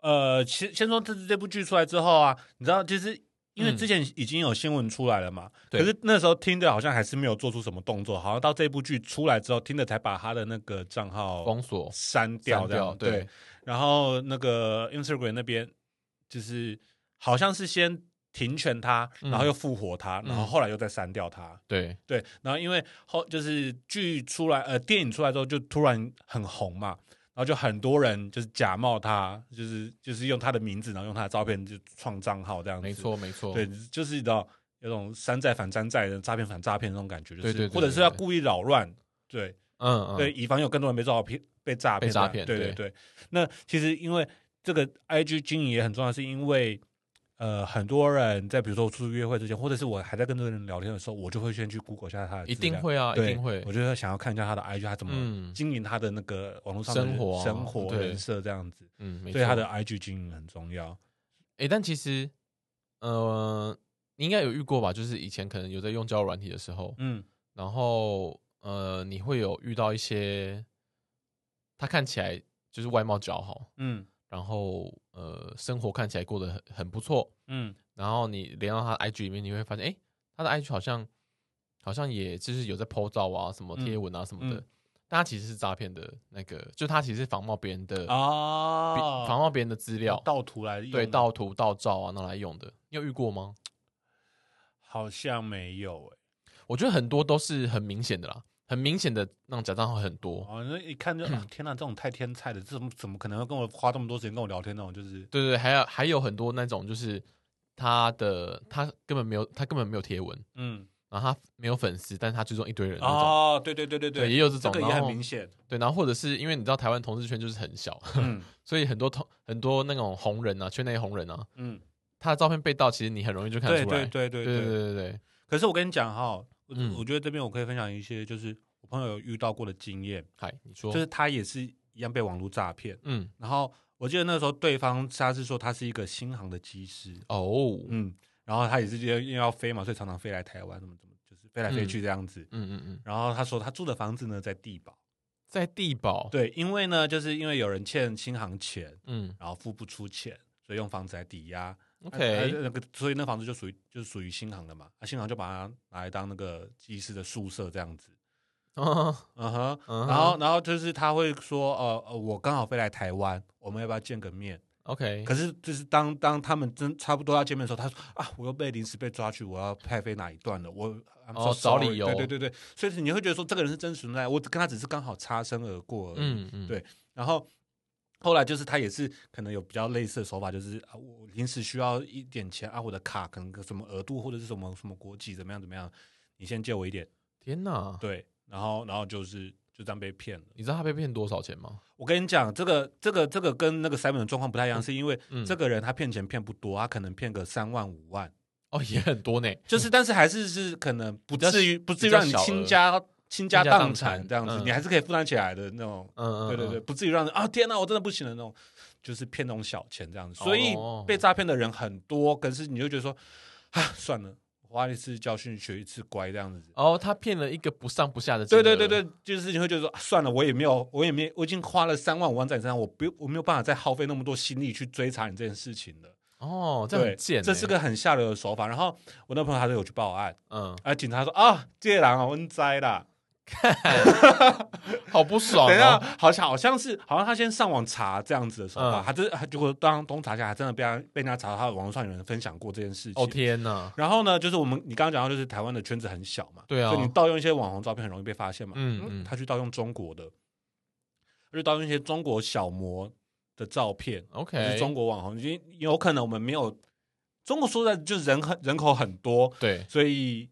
Speaker 2: 呃，先先说这这部剧出来之后啊，你知道，就是因为
Speaker 1: 嗯
Speaker 2: 之前已经有新闻出来了嘛，
Speaker 1: 对
Speaker 2: 可是那时候听的好像还是没有做出什么动作，好像到这部剧出来之后，听的才把他的那个账号
Speaker 1: 封锁
Speaker 2: 删掉
Speaker 1: 删
Speaker 2: 这样
Speaker 1: 掉，对，
Speaker 2: 然后那个 Instagram 那边就是好像是先停权他，
Speaker 1: 嗯
Speaker 2: 然后又复活他，
Speaker 1: 嗯
Speaker 2: 然后后来又再删掉他。
Speaker 1: 对，
Speaker 2: 对，然后因为后就是剧出来，呃，电影出来之后就突然很红嘛，然后就很多人就是假冒他，就是就是用他的名字，然后用他的照片就创账号这样子。
Speaker 1: 没，错没错，
Speaker 2: 对，就是你知道有种山寨反山寨的诈骗反诈骗的那种感觉，就是
Speaker 1: 对对对
Speaker 2: 或者是要
Speaker 1: 对对
Speaker 2: 故意扰乱，对，
Speaker 1: 嗯嗯，
Speaker 2: 对，以防有更多人被诈骗、被诈骗
Speaker 1: 被
Speaker 2: 这样、
Speaker 1: 诈骗
Speaker 2: 对
Speaker 1: 对
Speaker 2: 对。那其实因为这个 IG 经营也很重要，是因为呃，很多人在比如说出去约会之前，或者是我还在跟这个人聊天的时候，我就会先去 Google 一下他的资
Speaker 1: 一
Speaker 2: 料，
Speaker 1: 定会啊，一
Speaker 2: 对，
Speaker 1: 定会
Speaker 2: 我，就会想要看一下他的 IG，他怎么
Speaker 1: 嗯
Speaker 2: 经营他的那个网络上的
Speaker 1: 生活啊
Speaker 2: 生活
Speaker 1: 对
Speaker 2: 人设这样子，
Speaker 1: 嗯，没
Speaker 2: 所以他
Speaker 1: 错
Speaker 2: 的 IG 经营很重要。
Speaker 1: 诶，但其实，呃，你应该有遇过吧？就是以前可能有在用交友软体的时候，
Speaker 2: 嗯
Speaker 1: 然后呃，你会有遇到一些他看起来就是外貌姣好，
Speaker 2: 嗯
Speaker 1: 然后呃，生活看起来过得很很不错，
Speaker 2: 嗯
Speaker 1: 然后你连到他的 IG 里面，你会发现，诶，他的 IG 好像好像也就是有在 po 照啊、什么
Speaker 2: 嗯
Speaker 1: 贴文啊什么的，
Speaker 2: 嗯
Speaker 1: 但他其实是诈骗的那个，就他其实是仿冒别人的，比
Speaker 2: 啊，
Speaker 1: 仿冒别人的资料，
Speaker 2: 哦盗图来用
Speaker 1: 对，
Speaker 2: 的
Speaker 1: 盗图盗照啊，拿来用的，你有遇过吗？
Speaker 2: 好像没有哎、
Speaker 1: 我觉得很多都是很明显的啦，很明显的那种假账号很多。
Speaker 2: 哦，那一看就
Speaker 1: 嗯
Speaker 2: 啊，天哪，这种太天菜了，这怎么怎么可能会跟我花这么多时间跟我聊天那种？就是
Speaker 1: 对对对，还有还有很多那种就是他的他根本没有他根本没有贴文，
Speaker 2: 嗯，
Speaker 1: 然后他没有粉丝，但是他追踪一堆人那种。
Speaker 2: 哦，对对对对
Speaker 1: 对也有这种
Speaker 2: 这个也
Speaker 1: 然
Speaker 2: 很
Speaker 1: 后
Speaker 2: 明显，
Speaker 1: 对，然后或者是因为你知道台湾同志圈就是很小，
Speaker 2: 嗯
Speaker 1: 所以很多同很多那种红人啊，圈内红人啊，
Speaker 2: 嗯，
Speaker 1: 他的照片被盗，其实你很容易就看得
Speaker 2: 对
Speaker 1: 出来。
Speaker 2: 对
Speaker 1: 对
Speaker 2: 对对
Speaker 1: 对
Speaker 2: 对。
Speaker 1: 对对对
Speaker 2: 可是我跟你讲哈，我
Speaker 1: 嗯
Speaker 2: 我觉得这边我可以分享一些，就是我朋友有遇到过的经验，
Speaker 1: 嗨，你说，
Speaker 2: 就是他也是一样被网络诈骗，
Speaker 1: 嗯，
Speaker 2: 然后我记得那时候对方他是说他是一个新航的机师，
Speaker 1: 哦，嗯
Speaker 2: 嗯，然后他也是因为要飞嘛，所以常常飞来
Speaker 1: 嗯
Speaker 2: 台湾，怎么怎么，就是飞来飞去这样子。
Speaker 1: 嗯嗯，
Speaker 2: 然后他说他住的房子呢在地堡，
Speaker 1: 在地堡，
Speaker 2: 对，因为呢，就是因为有人欠新行钱，
Speaker 1: 嗯
Speaker 2: 然后付不出钱，所以用房子来抵押。 啊
Speaker 1: ，OK，
Speaker 2: 那个所以那房子就属于就是属于新行的嘛，啊，新行就把它拿来当那个技师的宿舍这样子。
Speaker 1: 哦，
Speaker 2: 嗯哼，
Speaker 1: 嗯哼
Speaker 2: 然后然后就是他会说，呃呃，我刚好飞来台湾，我们要不要见个面？
Speaker 1: OK，
Speaker 2: 可是就是当当他们真差不多要见面的时候，他说啊，我又被临时被抓去，我要派飞哪一段了？我 I'm so
Speaker 1: 哦找
Speaker 2: sorry
Speaker 1: 理由
Speaker 2: 对对对对，所以你会觉得说这个人是真实存在，我跟他只是刚好擦身而过而已。
Speaker 1: 嗯嗯，
Speaker 2: 对然后后来就是他也是可能有比较类似的手法，就是啊，我临时需要一点钱啊，我的卡可能个什么额度或者是什么什么国籍怎么样怎么样，你先借我一点，
Speaker 1: 天哪，
Speaker 2: 对，然后然后就是就这样被骗了。
Speaker 1: 你知道他被骗多少钱吗？
Speaker 2: 我跟你讲，这个这个这个跟那个 Simon 的状况不太一样，是因为
Speaker 1: 嗯
Speaker 2: 这个人他骗钱骗不多，他可能骗个三万五万，
Speaker 1: 哦，也很多呢，
Speaker 2: 就是但是还是是可能不
Speaker 1: 较
Speaker 2: 至于不至于
Speaker 1: 比较
Speaker 2: 让你
Speaker 1: 小额
Speaker 2: 倾家倾家
Speaker 1: 倾家
Speaker 2: 荡
Speaker 1: 荡
Speaker 2: 产
Speaker 1: 产
Speaker 2: 这样子，
Speaker 1: 嗯
Speaker 2: 你还是可以负担起来的那种。
Speaker 1: 嗯嗯，
Speaker 2: 对对对，
Speaker 1: 嗯，
Speaker 2: 不至于让人啊天哪，我真的不行了那种，就是骗那种小钱这样子。所以
Speaker 1: 哦
Speaker 2: 被诈骗的人很多，可是你就觉得说啊算了，花一次教训学一次乖这样子。
Speaker 1: 哦，他骗了一个不上不下的，
Speaker 2: 对对对，对，就是你会觉得说、啊算了，我也没有，我也没，我已经花了三万五万在你身上，我不，我没有办法再耗费那么多心力去追查你这件事情了。
Speaker 1: 哦，这
Speaker 2: 对，
Speaker 1: 很贱欸，
Speaker 2: 这是个很下流的手法。然后我那朋友他就有去报案，
Speaker 1: 嗯，
Speaker 2: 啊，警察说啊，这狼啊，温灾啦。
Speaker 1: 好不爽
Speaker 2: 等一下
Speaker 1: 哦，，
Speaker 2: 好像好像是好像他先上网查这样子的手法，
Speaker 1: 嗯
Speaker 2: 他这他结果当东查下，还真的被他被人家查到，他网络上有人分享过这件事情。
Speaker 1: 哦天哪，
Speaker 2: 然后呢，就是我们你刚刚讲到，就是台湾的圈子很小嘛，
Speaker 1: 对啊
Speaker 2: 所以你盗用一些网红照片很容易被发现嘛。
Speaker 1: 嗯
Speaker 2: 嗯
Speaker 1: 嗯
Speaker 2: 他去盗用中国的，他去盗用一些中国小模的照片，就
Speaker 1: ，OK，
Speaker 2: 是中国网红，因为有可能我们没有中国说实在就是人很人口很多，
Speaker 1: 对，
Speaker 2: 所以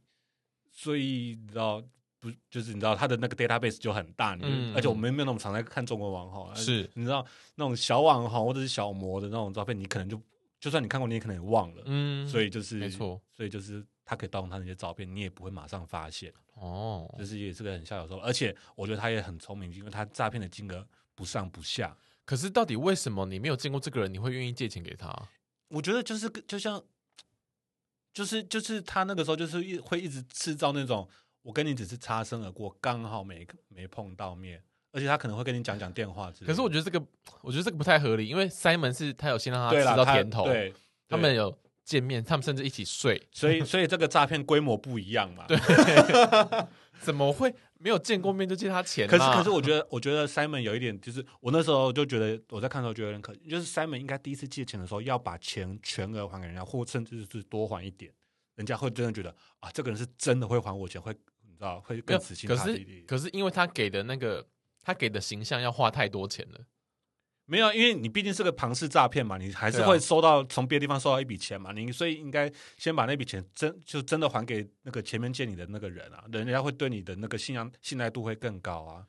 Speaker 2: 所以你知道。不就是你知道他的那个 database 就很大，你就
Speaker 1: 嗯
Speaker 2: 而且我们没有那么常在看中国网红，啊
Speaker 1: 是
Speaker 2: 你知道那种小网红或者是小模的那种照片，你可能就就算你看过，你也可能也忘了，
Speaker 1: 嗯，
Speaker 2: 所以就是
Speaker 1: 没错，
Speaker 2: 所以就是他可以盗用他那些照片，你也不会马上发现，
Speaker 1: 哦，
Speaker 2: 就是也是个很下手的手法。而且我觉得他也很聪明，因为他诈骗的金额不上不下。
Speaker 1: 可是到底为什么你没有见过这个人，你会愿意借钱给他？
Speaker 2: 我觉得就是就像，就是就是他那个时候就是一会一直制造那种我跟你只是擦身而过，刚好没没碰到面，而且他可能会跟你讲讲电话之类的。
Speaker 1: 可是我觉得这个，我觉得这个不太合理，因为 Simon 是他有先让他
Speaker 2: 对
Speaker 1: 吃
Speaker 2: 啦
Speaker 1: 到
Speaker 2: 他
Speaker 1: 甜头，
Speaker 2: 对，
Speaker 1: 他们有见面，他们甚至一起睡，
Speaker 2: 所以所以这个诈骗规模不一样嘛。对，
Speaker 1: 怎么会没有见过面就借他钱、啊？
Speaker 2: 可是可是，我觉得，我觉得 Simon 有一点，就是我那时候就觉得，我在看的时候觉得有点可，就是 Simon 应该第一次借钱的时候要把钱全额还给人家，或甚至是多还一点，人家会真的觉得啊，这个人是真的会还我钱，会你知道会
Speaker 1: 没
Speaker 2: 更
Speaker 1: 有，
Speaker 2: 死心
Speaker 1: 可
Speaker 2: 塌地
Speaker 1: 是
Speaker 2: 地。
Speaker 1: 可是因为他给的那个他给的形象要花太多钱了，
Speaker 2: 没有，因为你毕竟是个庞氏诈骗嘛，你还是
Speaker 1: 对啊
Speaker 2: 会收到从别的地方收到一笔钱嘛，你所以应该先把那笔钱真就真的还给那个前面借你的那个人啊，人家会对你的那个信仰信赖度会更高啊。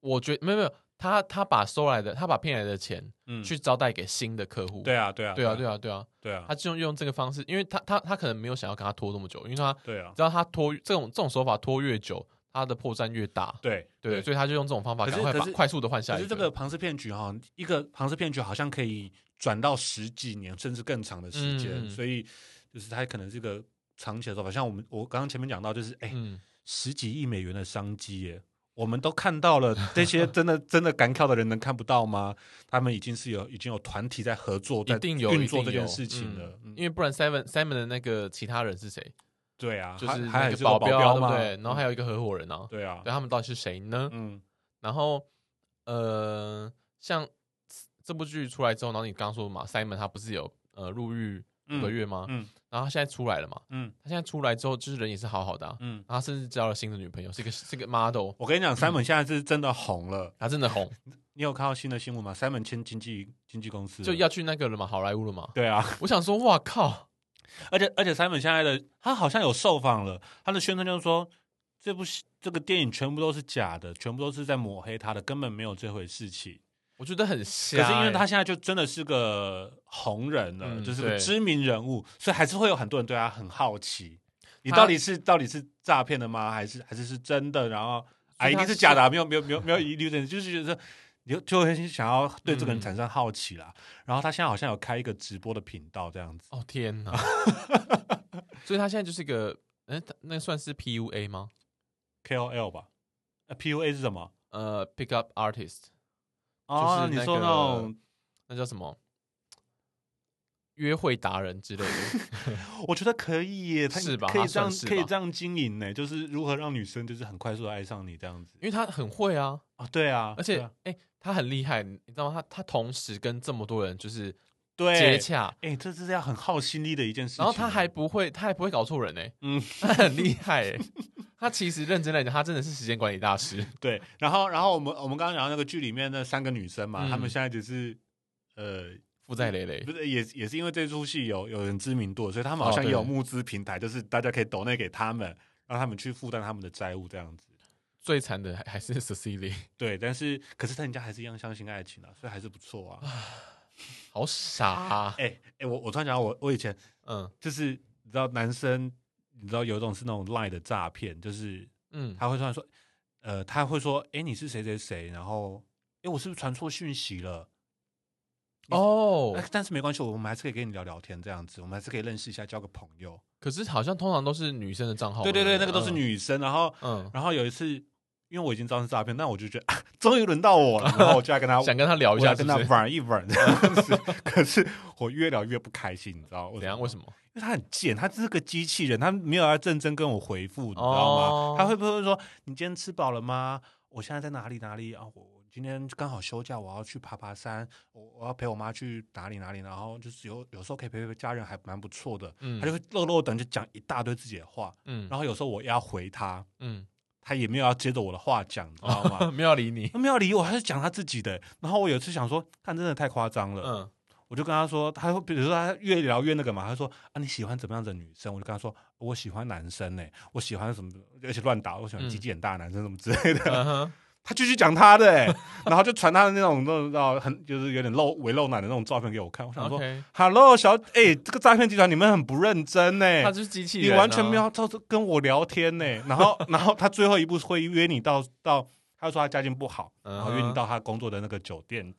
Speaker 1: 我觉没有没有，他他把收来的他把骗来的钱
Speaker 2: 嗯，
Speaker 1: 去招待给新的客户，
Speaker 2: 对啊，对啊，
Speaker 1: 对啊对
Speaker 2: 对啊，
Speaker 1: 啊对啊，
Speaker 2: 对啊
Speaker 1: 他，就用用这个方式，因为他他他可能没有想要跟他拖那么久，因为他
Speaker 2: 对啊
Speaker 1: 只，要他拖这种这种手法拖越久，他的破绽越大，
Speaker 2: 对
Speaker 1: 对，所以他就用这种方法
Speaker 2: 可是
Speaker 1: 赶快把
Speaker 2: 可是
Speaker 1: 快速的换下
Speaker 2: 可
Speaker 1: 一
Speaker 2: 是这个庞氏骗局哈、一个庞氏骗局好像可以转到十几年甚至更长的时间，
Speaker 1: 嗯嗯
Speaker 2: 所以就是它可能是一个长期的做法。像我们我刚刚前面讲到，就是哎、
Speaker 1: 嗯，
Speaker 2: 十几亿美元的商机耶，我们都看到了，这些真的真的敢跳的人能看不到吗？他们已经是有已经有团体在合作，在
Speaker 1: 一定有
Speaker 2: 运作
Speaker 1: 一定
Speaker 2: 这件
Speaker 1: 有
Speaker 2: 事情
Speaker 1: 嗯
Speaker 2: 了。嗯
Speaker 1: 因为不然 Simon Simon 的那个其他人是谁？
Speaker 2: 对啊，
Speaker 1: 就
Speaker 2: 还
Speaker 1: 是
Speaker 2: 还
Speaker 1: 那
Speaker 2: 有
Speaker 1: 个
Speaker 2: 这个
Speaker 1: 保镖啊，对
Speaker 2: 嘛，
Speaker 1: 不对？然后还有一个合伙人啊，
Speaker 2: 嗯对啊
Speaker 1: 对，他们到底是谁呢？
Speaker 2: 嗯，
Speaker 1: 然后呃，像这部剧出来之后，然后你刚刚说嘛，Simon 他不是有呃入狱五个月吗？
Speaker 2: 嗯
Speaker 1: 然后他现在出来了嘛，
Speaker 2: 嗯
Speaker 1: 他现在出来之后就是人也是好好的、啊，
Speaker 2: 嗯。
Speaker 1: 然后他甚至交了新的女朋友，是一个是一个 model，
Speaker 2: 我跟你讲 ，Simon 现在是真的红了。
Speaker 1: 他真的红，
Speaker 2: 你有看到新的新闻吗？Simon 签经纪经纪公司了，
Speaker 1: 就要去那个了嘛，好莱坞了嘛。
Speaker 2: 对啊，
Speaker 1: 我想说，哇靠，
Speaker 2: 而且而且 Simon 现在的他好像有受访了，他的宣称就是说，这部戏这个电影全部都是假的，全部都是在抹黑他的，根本没有这回事情。
Speaker 1: 我觉得很瞎、
Speaker 2: 可是因为
Speaker 1: 欸
Speaker 2: 他现在就真的是个红人了，
Speaker 1: 嗯
Speaker 2: 就是个
Speaker 1: 对
Speaker 2: 知名人物，所以还是会有很多人对他很好奇，你
Speaker 1: 他
Speaker 2: 到底是到底是诈骗的吗？还是还是是真的？然后啊，
Speaker 1: 所以
Speaker 2: 一
Speaker 1: 他
Speaker 2: 定是假的、啊，没有没有没有没有疑虑的，就是觉得。你就就会想要对这个人
Speaker 1: 嗯
Speaker 2: 产生好奇啦，然后他现在好像有开一个直播的频道这样子，
Speaker 1: 哦天 哪！所以他现在就是一个，嗯、他那算是 PUA 吗？
Speaker 2: KOL 吧？
Speaker 3: 嗯
Speaker 2: PUA 是什么？
Speaker 1: 呃，pick up artist，
Speaker 3: 哦，
Speaker 1: 就是
Speaker 3: 你说
Speaker 1: 那
Speaker 3: 那
Speaker 1: 个
Speaker 3: 种，
Speaker 1: 那叫什么？约会达人之类 的，
Speaker 3: 我觉得可以耶，他
Speaker 1: 是吧
Speaker 3: 可以
Speaker 1: 他
Speaker 3: 这样
Speaker 1: 算是
Speaker 3: 可以
Speaker 1: 吧
Speaker 3: 这样经营呢，就是如何让女生就是很快速的爱上你这样子
Speaker 1: 因为他很会啊，
Speaker 2: 哦
Speaker 3: 啊，对啊，
Speaker 1: 而且
Speaker 3: 对
Speaker 1: 哎
Speaker 3: 啊、
Speaker 1: 诶他很厉害，你知道吗？他他同时跟这么多人就是
Speaker 3: 对
Speaker 1: 接洽，
Speaker 3: 哎、这是要很耗心力的一件事情。
Speaker 1: 然
Speaker 2: 啊
Speaker 1: 后他还不会，他还不会搞错人呢、
Speaker 3: 嗯
Speaker 1: 嗯，他很厉害哎、他其实认真来讲，他真的是时间管理大 师。
Speaker 3: 对，
Speaker 2: 然后，然后我们我们刚刚讲到那个剧里面那三个女生嘛，
Speaker 1: 嗯
Speaker 2: 她们现在只是呃，
Speaker 1: 负债累累
Speaker 2: 不，是也也是因为这出戏有有人知名度，所以他们好
Speaker 1: 哦
Speaker 2: 像也
Speaker 1: 对
Speaker 2: 有募资平台，就是大家可以抖内给他们，让他们去负担他们的债务这样子。
Speaker 1: 最惨的还还是 Cecilia，
Speaker 2: 对，但是可是他人家还是一样相信爱情啊，所以还是不错啊。
Speaker 1: 好傻、啊。
Speaker 2: 哎哎、我我突然想到我我以前
Speaker 1: 嗯
Speaker 2: 就是你知道男生，你知道有一种是那种赖的诈骗，就是
Speaker 1: 嗯，
Speaker 2: 他会突然说，呃，他会说，哎、你是谁谁谁，然后，哎、我是不是传错讯息了？
Speaker 1: 哦
Speaker 2: 哎，但是没关系，我们还是可以跟你聊聊天，这样子，我们还是可以认识一下，交个朋友。
Speaker 1: 可是好像通常都是女生的账号。
Speaker 2: 对对对，那个都是
Speaker 1: 嗯。
Speaker 2: 女生。然后，
Speaker 1: 嗯，
Speaker 2: 然后有一次，因为我已经知道是诈骗，但我就觉得、啊、终于轮到我了，然后我就要跟 他
Speaker 1: 想跟他聊
Speaker 2: 我
Speaker 1: 一下，
Speaker 2: 要跟
Speaker 1: 是
Speaker 2: 他
Speaker 1: 不是？
Speaker 2: 玩一玩 这样子。可是我越聊越不开心，你知道吗？
Speaker 1: 怎样？为什么？
Speaker 2: 因为他很贱，他是个机器人，他没有要认真跟我回复，你知道吗？
Speaker 1: 哦
Speaker 2: 他会不会说你今天吃饱了吗？我现在在哪里哪里啊？我我今天刚好休假，我要去爬爬山，我我要陪我妈去哪里哪里，然后就是有有时候可以陪陪家人，还蛮不错的。
Speaker 1: 嗯
Speaker 2: 他就会漏漏等就讲一大堆自己的话，
Speaker 1: 嗯
Speaker 2: 然后有时候我要回他，
Speaker 1: 嗯，
Speaker 2: 他也没有要接着我的话讲，你知 道吗？
Speaker 1: 没有理你。
Speaker 2: 他没有理我，他就讲他自己的。然后我有一次想说，看真的太夸张了，
Speaker 1: 嗯
Speaker 2: 我就跟他说，他会比如说他越聊越那个嘛，他说啊你喜欢怎么样的女生？我就跟他说我喜欢男生呢、我喜欢什么，而且乱打，我喜欢
Speaker 1: 嗯
Speaker 2: 鸡鸡很大的男生什么之类的。
Speaker 1: 嗯哼，
Speaker 2: 他继续讲他的、欸，然后就传他的那种那种那种很就是有点露伪露奶的那种照片给我看。我想说
Speaker 1: OK，
Speaker 2: ，Hello 小哎、这个诈骗集团你们很不认真呢、
Speaker 1: 他就是机器
Speaker 2: 哎你
Speaker 1: 人啊，
Speaker 2: 完全没有照着跟我聊天呢、然后，然后他最后一步会约你到到，他说他家境不好，
Speaker 1: 嗯哼，
Speaker 2: 然后约你到他工作的那个酒店。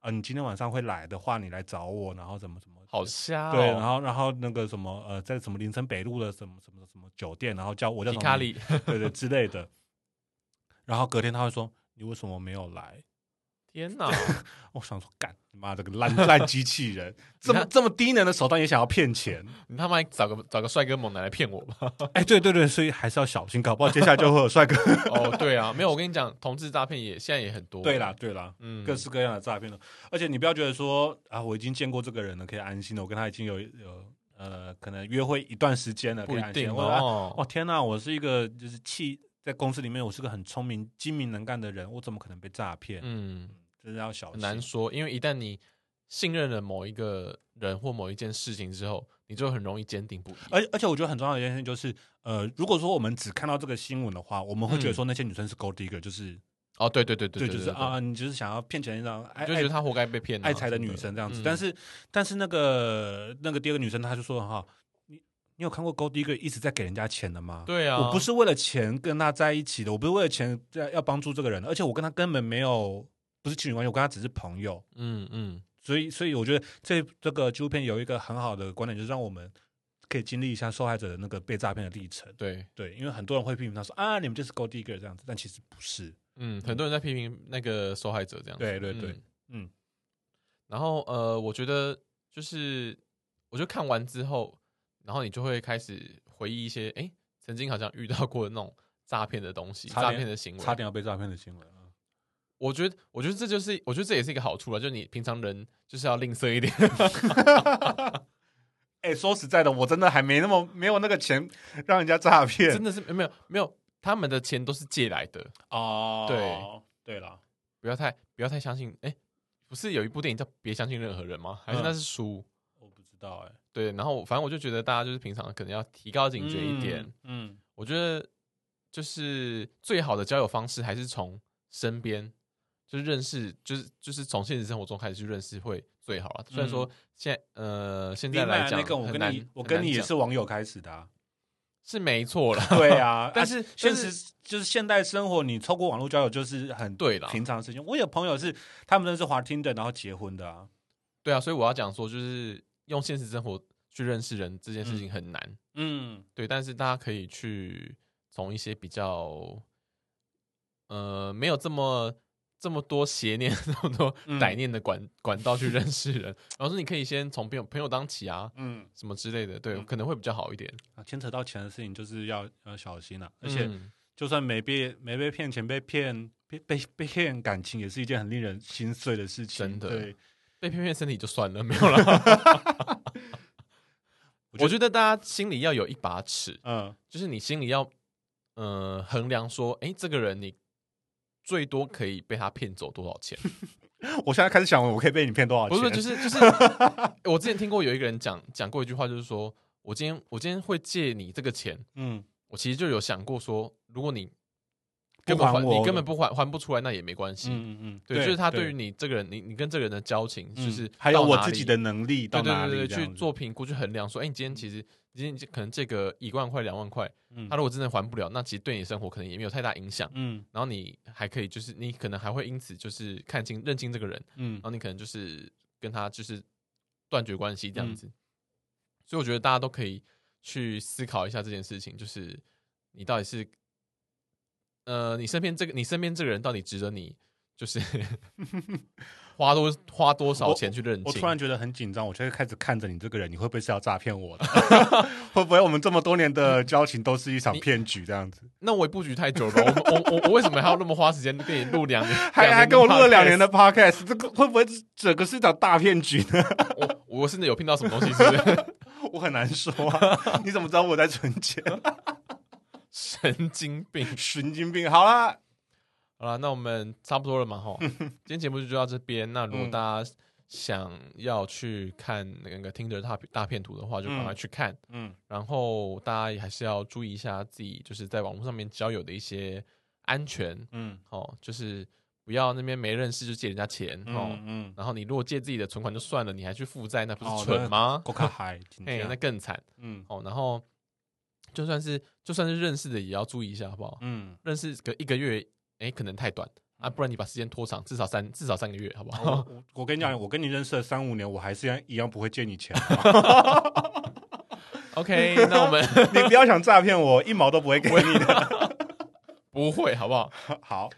Speaker 2: 啊，你今天晚上会来的话，你来找我，然后怎么怎么。
Speaker 1: 好瞎哦。
Speaker 2: 对，然后然后那个什么呃，在什么林森北路的什么什么什么酒店，然后叫我叫
Speaker 1: 皮
Speaker 2: 什么
Speaker 1: 卡里，
Speaker 2: 对对之类的。然后隔天他会说你为什么没有来？哦
Speaker 1: 天哪！
Speaker 2: 我想说干你妈这个烂烂机器 人，这么
Speaker 1: 看
Speaker 2: 这么低能的手段也想要骗 钱？
Speaker 1: 你他妈找个找个帅哥猛男来骗我吧！
Speaker 2: 哎，对对对，所以还是要小心，搞不好接下来就会有帅哥。
Speaker 1: 哦，对啊，没有，我跟你讲，同志诈骗也现在也很多。
Speaker 2: 对啦，对啦，
Speaker 1: 嗯，
Speaker 2: 各式各样的诈骗了。而且你不要觉得说啊，我已经见过这个人了，可以安心了，我跟他已经有有呃，可能约会一段时间了，可
Speaker 1: 不
Speaker 2: 以
Speaker 1: 一
Speaker 2: 安心
Speaker 1: 定
Speaker 2: 了或者啊
Speaker 1: 哦
Speaker 2: 哦。天哪，我是一个就是气在公司里面，我是个很聪明、精明能干的人，我怎么可能被诈骗？
Speaker 1: 嗯，
Speaker 2: 就是要小
Speaker 1: 很
Speaker 2: 心。
Speaker 1: 难说，因为一旦你信任了某一个人或某一件事情之后，你就很容易坚定不移。
Speaker 2: 而而且我觉得很重要的一件事情就是，呃，如果说我们只看到这个新闻的话，我们会觉得说那些女生是 gold digger，就是
Speaker 1: 哦，对对嗯对对
Speaker 2: 就
Speaker 1: 对
Speaker 2: 是
Speaker 1: 对，
Speaker 2: 啊，你就是想要骗钱让哎爱
Speaker 1: 对就觉得
Speaker 2: 爱
Speaker 1: 他活该被骗啊，
Speaker 2: 爱财的
Speaker 1: 什么
Speaker 2: 女生这样子。
Speaker 1: 嗯
Speaker 2: 但是但是那个那个第二个女生她就说哈，你你有看过 gold digger 一直在给人家钱的吗？
Speaker 1: 对啊，
Speaker 2: 我不是为了钱跟他在一起的，我不是为了钱在要帮助这个人的，而且我跟他根本没有不是情侣关系，我跟他只是朋友。
Speaker 1: 嗯，嗯
Speaker 2: 所以，所以我觉得这这个纪录片有一个很好的观点，就是让我们可以经历一下受害者的那个被诈骗的历程。
Speaker 1: 对，
Speaker 2: 对，因为很多人会批评他说啊，你们就是 gold digger 这样子，但其实不是。
Speaker 1: 嗯，很多人在批评那个受害者这样子。
Speaker 2: 对对对
Speaker 1: 嗯，
Speaker 2: 嗯
Speaker 1: 然后呃，我觉得就是，我就看完之后，然后你就会开始回忆一些，哎，曾经好像遇到过的那种诈骗的东西，
Speaker 2: 差
Speaker 1: 诈
Speaker 2: 点
Speaker 1: 骗的行为，
Speaker 2: 差点要被诈骗的行为啊，
Speaker 1: 我觉得，我觉得这就是，我觉得这也是一个好处了，啊就是你平常人就是要吝啬一点。
Speaker 2: 哎、说实在的，我真的还没那么没有那个钱让人家诈 骗
Speaker 1: 真的是没有没有，他们的钱都是借来的，
Speaker 2: 哦
Speaker 1: 对
Speaker 2: 对了，
Speaker 1: 不要太不要太相信。哎，不是有一部电影叫《别相信任何人》吗？还
Speaker 2: 嗯
Speaker 1: 是那是书？
Speaker 2: 我不知道哎、
Speaker 1: 对，然后我反正我就觉得大家就是平常可能要提高警觉一点。
Speaker 2: 嗯，嗯，
Speaker 1: 我觉得就是最好的交友方式还是从身边，就是认识，就是就是从现实生活中开始去认识会最好啊。虽然说现在呃现在
Speaker 2: 另外
Speaker 1: 来讲
Speaker 2: 嗯那个
Speaker 1: 很
Speaker 2: 我跟
Speaker 1: 难，
Speaker 2: 你我
Speaker 1: 很
Speaker 2: 跟
Speaker 1: 难
Speaker 2: 你也
Speaker 1: 讲
Speaker 2: 是网友开始 的、啊，
Speaker 1: 是没错啦。
Speaker 2: 对啊，
Speaker 1: 但
Speaker 2: 啊
Speaker 1: 是
Speaker 2: 现
Speaker 1: 但
Speaker 2: 实
Speaker 1: 是
Speaker 2: 就是现代生活，你透过网络交友就是很
Speaker 1: 对啦
Speaker 2: 平常的事情。我有朋友是他们都是滑 Tinder 然后结婚的啊，
Speaker 1: 对啊，所以我要讲说，就是用现实生活去认识人这件事情很难，
Speaker 2: 嗯，
Speaker 1: 对，但是大家可以去从一些比较呃没有这么这么多邪念、 这么多
Speaker 2: 嗯
Speaker 1: 歹念的管、管道去认识人，然后说你可以先从朋友朋友当起啊，
Speaker 2: 嗯，
Speaker 1: 什么之类的，对，
Speaker 2: 嗯
Speaker 1: 可能会比较好一点。
Speaker 2: 啊，牵扯到钱的事情就是要要小心啊，而且
Speaker 1: 嗯
Speaker 2: 就算没被没被骗钱，被骗被被被骗感情，也是一件很令人心碎的事情。
Speaker 1: 真的
Speaker 2: 对，
Speaker 1: 被骗骗身体就算了，没 有了。
Speaker 2: 我觉得
Speaker 1: 我觉得大家心里要有一把尺，
Speaker 2: 嗯
Speaker 1: 就是你心里要呃衡量说，哎，这个人你最多可以被他骗走多少钱？
Speaker 2: 我现在开始想，我可以被你骗多少
Speaker 1: 不是，就
Speaker 2: 钱？
Speaker 1: 是就是， 我之前听过有一个人讲讲过一句话，就是说我今天我今天会借你这个钱，
Speaker 2: 嗯，
Speaker 1: 我其实就有想过说，如果你
Speaker 2: 不
Speaker 1: 根本
Speaker 2: 还
Speaker 1: 还
Speaker 2: 我
Speaker 1: 你根本不还还不出来，那也没关系。
Speaker 2: 嗯嗯嗯，
Speaker 1: 对，就是他对于你这个人，你你跟这个人的交情，
Speaker 2: 嗯
Speaker 1: 就是
Speaker 2: 还有
Speaker 1: 到
Speaker 2: 我
Speaker 1: 哪
Speaker 2: 自
Speaker 1: 里
Speaker 2: 己的能力到
Speaker 1: 对
Speaker 2: 哪里
Speaker 1: 对对
Speaker 2: 这
Speaker 1: 对，
Speaker 2: 样
Speaker 1: 去
Speaker 2: 子
Speaker 1: 做，评估去衡量，说，哎、你今天其实你今天可能借个一万块、两万块，
Speaker 2: 嗯
Speaker 1: 他如果真的还不了，那其实对你的生活可能也没有太大影响。
Speaker 2: 嗯
Speaker 1: 然后你还可以就是你可能还会因此就是看清认清这个人，
Speaker 2: 嗯
Speaker 1: 然后你可能就是跟他就是断绝关系这
Speaker 2: 嗯
Speaker 1: 样子。所以我觉得大家都可以去思考一下这件事情，就是你到底是呃，你身边这个你身边这个人到底值得你就是 花多花多少钱去认清？
Speaker 2: 我突然觉得很紧张，我就会开始看着你这个人，你会不会是要诈骗 我的？ 会不会我们这么多年
Speaker 1: 嗯
Speaker 2: 的交情都是一场骗局这样子？
Speaker 1: 那我也布局太久了吧，我我我我为什么还要那么花时间跟你录两年？
Speaker 2: 还还
Speaker 1: 年
Speaker 2: 给我录了两年
Speaker 1: podcast？
Speaker 2: 的 podcast，这个会不会整个是一场大骗局呢？
Speaker 1: 我我是有拼到什么东西？是不是
Speaker 2: 我很难说啊， 你怎么知道我在存钱？
Speaker 1: 神经病！
Speaker 2: 神经病！好啦，
Speaker 1: 好了，那我们差不多了嘛 哈，今天节目就到这边。那如果
Speaker 2: 嗯
Speaker 1: 大家想要去看那个 Tinder 大大片图的话，就赶快去看。
Speaker 2: 嗯
Speaker 1: 然后大家也还是要注意一下自己就是在网络上面交友的一些安全
Speaker 2: 嗯
Speaker 1: 哦，就是不要那边没认识就借人家钱哦。
Speaker 2: 嗯嗯，
Speaker 1: 然后你如果借自己的存款就算了，你还去负债，那不
Speaker 2: 哦
Speaker 1: 是蠢吗？
Speaker 2: 够卡嗨，今
Speaker 1: 哎、那
Speaker 2: 天
Speaker 1: 更惨
Speaker 2: 嗯
Speaker 1: 哦。然后就算是就算是认识的，也要注意一下，好不好？
Speaker 2: 嗯，
Speaker 1: 认识个一个月，哎、可能太短啊，不然你把时间拖长，至少三至少三个月，好不
Speaker 2: 我
Speaker 1: 好？
Speaker 2: 我我跟你讲，我跟你认识了三五年，我还是一样一样不会借你钱，
Speaker 1: OK，那我们
Speaker 2: 你不要想诈骗我，一毛都不会给你的。
Speaker 1: 不会，好不好？
Speaker 2: 好，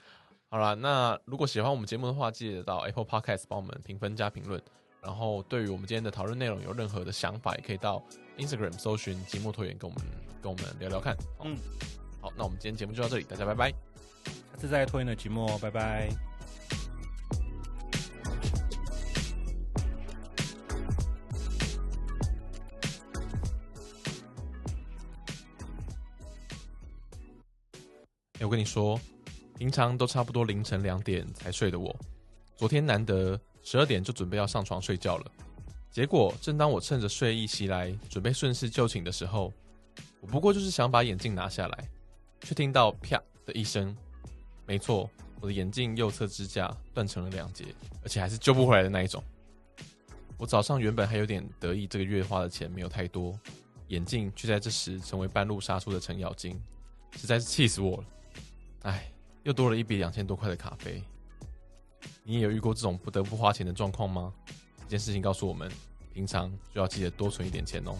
Speaker 1: 好啦，那如果喜欢我们节目的话，记得到 Apple Podcast 帮我们评分加评论。然后，对于我们今天的讨论内容有任何的想法，也可以到 Instagram 搜寻“寂寞拖延”跟我们跟我们聊聊看。嗯
Speaker 2: 嗯，
Speaker 1: 好，那我们今天节目就到这里，大家拜拜。
Speaker 2: 下次再拖延的寂寞，拜拜。
Speaker 1: 欸我跟你说，平常都差不多凌晨两点才睡的我，昨天难得十二点就准备要上床睡觉了。结果，正当我趁着睡意袭来，准备顺势就寝的时候，我不过就是想把眼镜拿下来，却听到啪的一声。没错，我的眼镜右侧支架断成了两截，而且还是救不回来的那一种。我早上原本还有点得意，这个月花的钱没有太多，眼镜却在这时成为半路杀出的程咬金，实在是气死我了。唉，又多了一笔两千多块的卡费。你也有遇过这种不得不花钱的状况吗？这件事情告诉我们，平常就要记得多存一点钱哦。